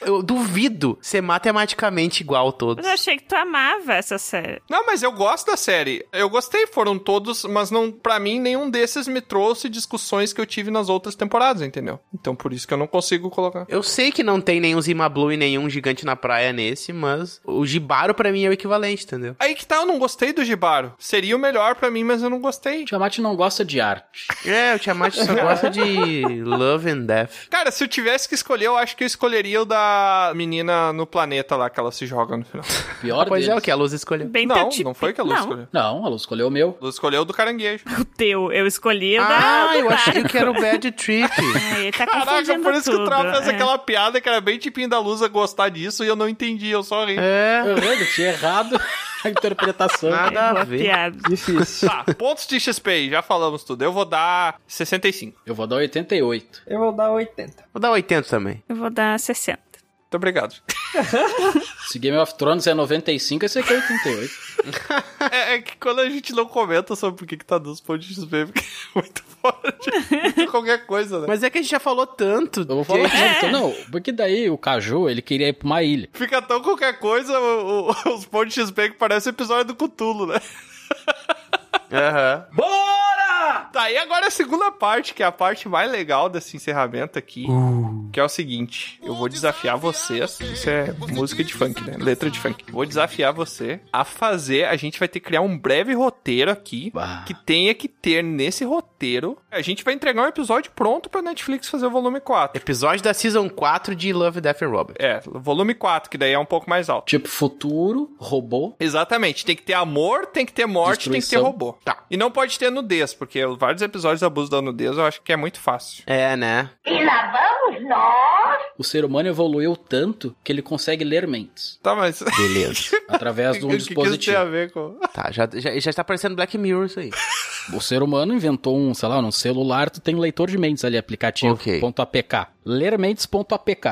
Eu duvido ser matematicamente igual a todos. Mas eu achei que tu amava essa série. Não, mas eu gosto da série. Eu gostei, foram todos, mas não, para mim nenhum desses me trouxe discussões que eu tive nas outras temporadas, entendeu? Então por isso que eu não consigo colocar. Eu sei que não tem nenhum Zima Blue e nenhum gigante na praia nesse, mas o Gibaro pra mim é o equivalente, entendeu? Aí que tá, eu não gostei do Gibaro. Seria o melhor pra mim, mas eu não gostei. Tiamat não gosta de arte. É, o Tiamat só gosta de Love and Death. Cara, se eu tivesse que escolher, eu acho que eu escolheria o da menina no planeta lá, que ela se joga no final. Pior pois é, deles. o que a Luz escolheu. Bem não, tati- não foi que a Lu tipo, não, escolheu. Não, a Lu escolheu o meu. A Lu escolheu o do caranguejo. o teu. Eu escolhi o da. Ah, do eu achei barco. que era o Bad Trip. Ah, ele tá Caraca, confundindo por isso que o tudo, Trau fez é. aquela piada que era bem tipinho da Lusa gostar disso e eu não entendi, eu só ri. É, Eu lembro, tinha errado a interpretação. nada a Boa ver. piada. Difícil. Tá, pontos de XP, aí, já falamos tudo. Eu vou dar 65. Eu vou dar 88. Eu vou dar 80. Vou dar 80 também. Eu vou dar 60. Muito obrigado. Se Game of Thrones é 95, esse aqui é 88. é, é que quando a gente não comenta sobre por que que tá dos pontos de XP, porque é muito forte. Muito qualquer coisa, né? Mas é que a gente já falou tanto. Eu vou falar de então, não, porque daí o Caju, ele queria ir pra uma ilha. Fica tão qualquer coisa o- o- os pontos de XP que parece o episódio do Cutulo, né? Aham. Tá, e agora a segunda parte, que é a parte mais legal desse encerramento aqui, que é o seguinte: eu vou desafiar vocês. Isso é música de funk, né? Letra de funk. Vou desafiar você a fazer. A gente vai ter que criar um breve roteiro aqui. Bah. Que tenha que ter nesse roteiro. A gente vai entregar um episódio pronto pra Netflix fazer o volume 4. Episódio da Season 4 de Love, Death and Robert. É, volume 4, que daí é um pouco mais alto. Tipo, futuro, robô. Exatamente, tem que ter amor, tem que ter morte, tem que ter Destruição. robô. Tá. E não pode ter nudez, porque vários episódios do abuso da nudez eu acho que é muito fácil. É, né? O ser humano evoluiu tanto que ele consegue ler mentes. Tá, mas. Beleza. Através de O um que que isso tem a dispositivo. ver com. Tá, já, já, já tá parecendo Black Mirror isso aí. O ser humano inventou um, sei lá, um celular, tu tem um leitor de mentes ali, aplicativo. Ok. Ponto .apk. Ler mentes.apk.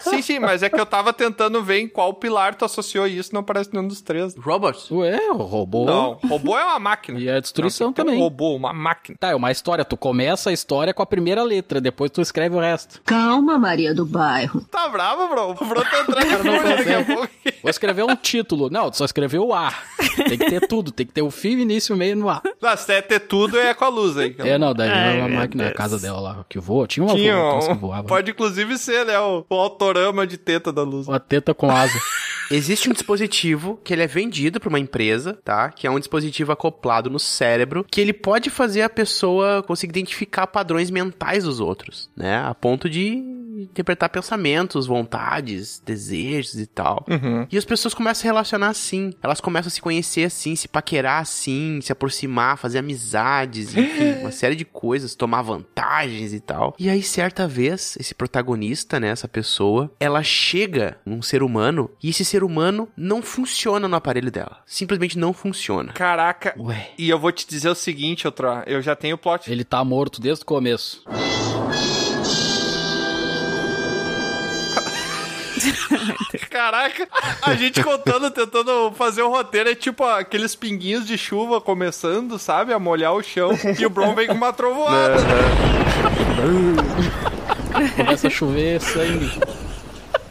Sim, sim, mas é que eu tava tentando ver em qual pilar tu associou isso, não parece nenhum dos três. Robert? Ué, é, o robô. Não, robô é uma máquina. E a destruição Não, tem que ter também. Um robô, uma máquina. Tá, é uma história. Tu começa a história com a primeira letra, depois tu escreve o resto. Calma, Maria do Bairro. Tá bravo, bro? O bro tá entrando em fúria daqui a pouco. Vou escrever um título. Não, tu só escreveu o A. Tem que ter tudo. Tem que ter o fim, início, meio no A. Não, se é ter tudo, é com a luz aí. É, não, daí Ai, é uma meu máquina da Deus. casa dela lá que voa. Tinha uma Tinha voa, que um, voava. pode inclusive ser, né, o, o autorama de teta da luz. Uma teta com asa. Existe um dispositivo que ele é vendido pra uma empresa, tá? Que é um dispositivo acoplado no cérebro, que ele pode fazer a pessoa conseguir identificar padrões mentais dos outros, né? A ponto de interpretar pensamentos, vontades, desejos e tal. Uhum. E as pessoas começam a se relacionar assim. Elas começam a se conhecer assim, se paquerar assim, se aproximar, fazer amizades, enfim, uma série de coisas, tomar vantagens e tal. E aí, certa vez, esse protagonista, né, essa pessoa, ela chega num ser humano e esse ser humano não funciona no aparelho dela. Simplesmente não funciona. Caraca. Ué. E eu vou te dizer o seguinte, outra, eu já tenho o plot. Ele tá morto desde o começo. Caraca, a gente contando, tentando fazer o roteiro, é tipo aqueles pinguinhos de chuva começando, sabe? A molhar o chão. E o Bron vem com uma trovoada. né? Começa a chover sangue.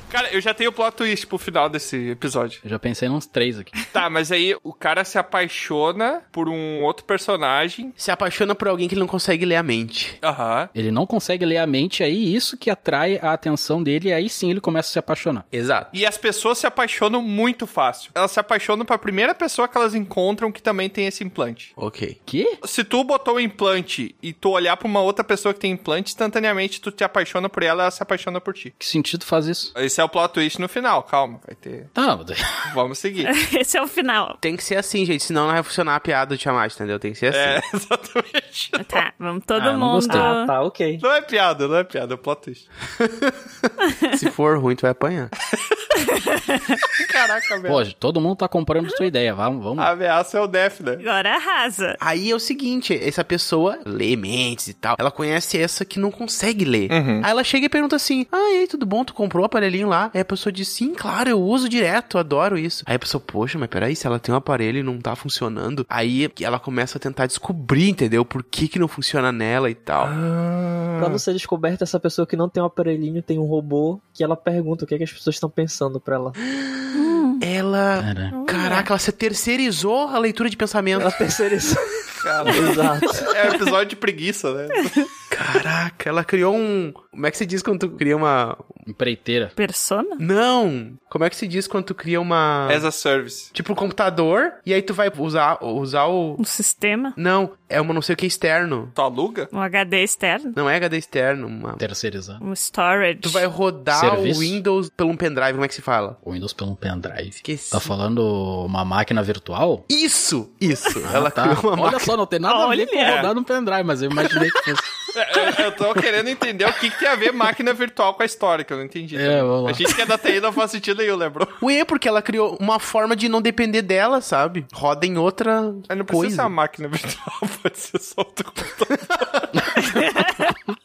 Cara, eu já tenho o plot twist pro final desse episódio. Eu já pensei em uns três aqui. Tá, mas aí o cara se apaixona por um outro personagem. Se apaixona por alguém que ele não consegue ler a mente. Aham. Ele não consegue ler a mente, aí isso que atrai a atenção dele, e aí sim ele começa a se apaixonar. Exato. E as pessoas se apaixonam muito fácil. Elas se apaixonam pra primeira pessoa que elas encontram que também tem esse implante. Ok. Que? Se tu botou o implante e tu olhar pra uma outra pessoa que tem implante, instantaneamente tu te apaixona por ela, ela se apaixona por ti. Que sentido faz isso? Esse é o plot twist no final, calma, vai ter. Tá, mas- Vamos seguir. Esse é o final. Tem que ser assim, gente, senão não vai funcionar a piada do Tiamat, entendeu? Tem que ser assim. É, exatamente. Tá, vamos todo Ah, não mundo. gostei. Ah, tá, ok. Não é piada, não é piada, é plot twist. Se for ruim, tu vai apanhar. Caraca, velho. Pô, todo mundo tá comprando sua ideia, vamos, vamos. A ameaça é o Death, né? Agora arrasa. Aí é o seguinte, essa pessoa lê mentes e tal. Ela conhece essa que não consegue ler. Aí ela chega e pergunta assim: Ah, e aí, tudo bom? Tu comprou o aparelhinho lá? Aí a pessoa diz: Sim, claro, eu uso direto, adoro isso. Aí a pessoa, poxa, mas peraí, se ela tem um aparelho e não tá funcionando. Aí ela começa a tentar descobrir, entendeu? Por que que não funciona nela e tal. Pra não ser descoberta, essa pessoa que não tem um aparelhinho tem um robô que ela pergunta o que, é que as pessoas estão pensando pra ela. Ela. Cara, Caraca, ela se terceirizou a leitura de pensamento. Ela terceirizou. Exato. É um episódio de preguiça, né? Caraca, ela criou um. Como é que se diz quando tu cria uma. Empreiteira. Persona? Não! Como é que se diz quando tu cria uma. As a service. Tipo, um computador, e aí tu vai usar, usar o. Um sistema? Não, é uma não sei o que externo. Tu aluga? Um HD externo? Não é HD externo, uma... Terceirizar. Um storage? Tu vai rodar Serviço? o Windows pelo um pendrive, como é que se fala? O Windows pelo pendrive. Esqueci. Tá falando uma máquina virtual? Isso! Isso! Ela tá. criou Olha uma máquina. só, não tem nada a ver com Olha. rodar no pendrive, mas eu imaginei que fosse. É, é, Eu tô querendo entender o que, que tem a ver máquina virtual com a história, que eu não entendi. É, vamos lá. a gente que é da TI não faz sentido nenhum, lembrou? Ué, porque ela criou uma forma de não depender dela, sabe? Roda em outra Mas não precisa ser coisa. uma máquina virtual, pode ser só do computador.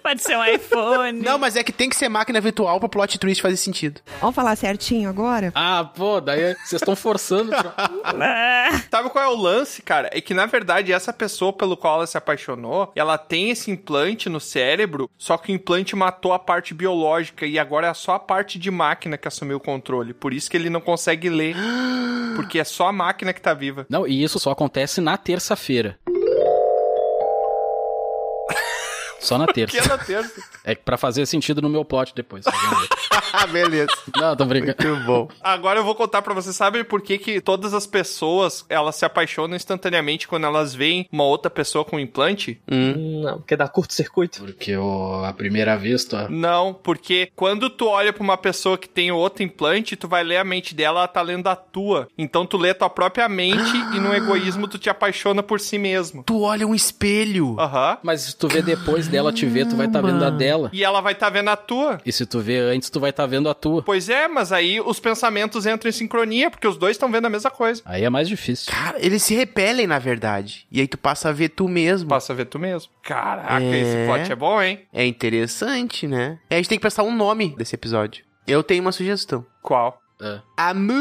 Pode ser um iPhone. Não, mas é que tem que ser máquina virtual pra plot twist fazer sentido. Vamos falar certinho agora? Ah, pô, daí vocês estão forçando. pra- Ah, Sabe qual é o lance, cara? É que, na verdade, essa pessoa pelo qual ela se apaixonou, ela tem esse implante no cérebro, só que o implante matou a parte biológica e agora é só a parte de máquina que assumiu o controle. Por isso que ele não consegue ler, porque é só a máquina que tá viva. Não, e isso só acontece na terça-feira. Só na Que é terça. na terça. É pra fazer sentido no meu plot depois. tá vendo? Ah, beleza. Não, tô brincando. Muito bom. Agora eu vou contar pra você, sabe por que, que todas as pessoas, elas se apaixonam instantaneamente quando elas veem uma outra pessoa com implante? Não, quer dar curto-circuito? Porque o, a primeira vista. Não, porque quando tu olha pra uma pessoa que tem outro implante, tu vai ler a mente dela, ela tá lendo a tua. Então tu lê a tua própria mente e no egoísmo tu te apaixona por si mesmo. Tu olha um espelho. Aham. Mas se tu vê depois dela te ver, tu vai estar vendo a dela. E ela vai tá vendo a tua. E se tu vê antes, tu vai estar vendo a tua. Pois é, mas aí os pensamentos entram em sincronia, porque os dois estão vendo a mesma coisa. Aí é mais difícil. Cara, eles se repelem, na verdade. E aí tu passa a ver tu mesmo. Passa a ver tu mesmo. Caraca, É. esse plot é bom, hein? É interessante, né? E a gente tem que pensar um nome desse episódio. Eu tenho uma sugestão. Qual? É. Amu!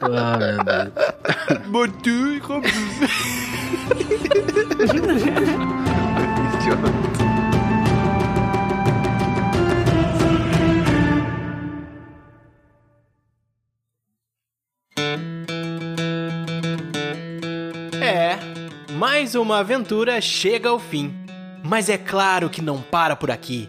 Ah, meu Deus. Mortu e Rabu. Idiota. É, mais uma aventura chega ao fim. Mas é claro que não para por aqui.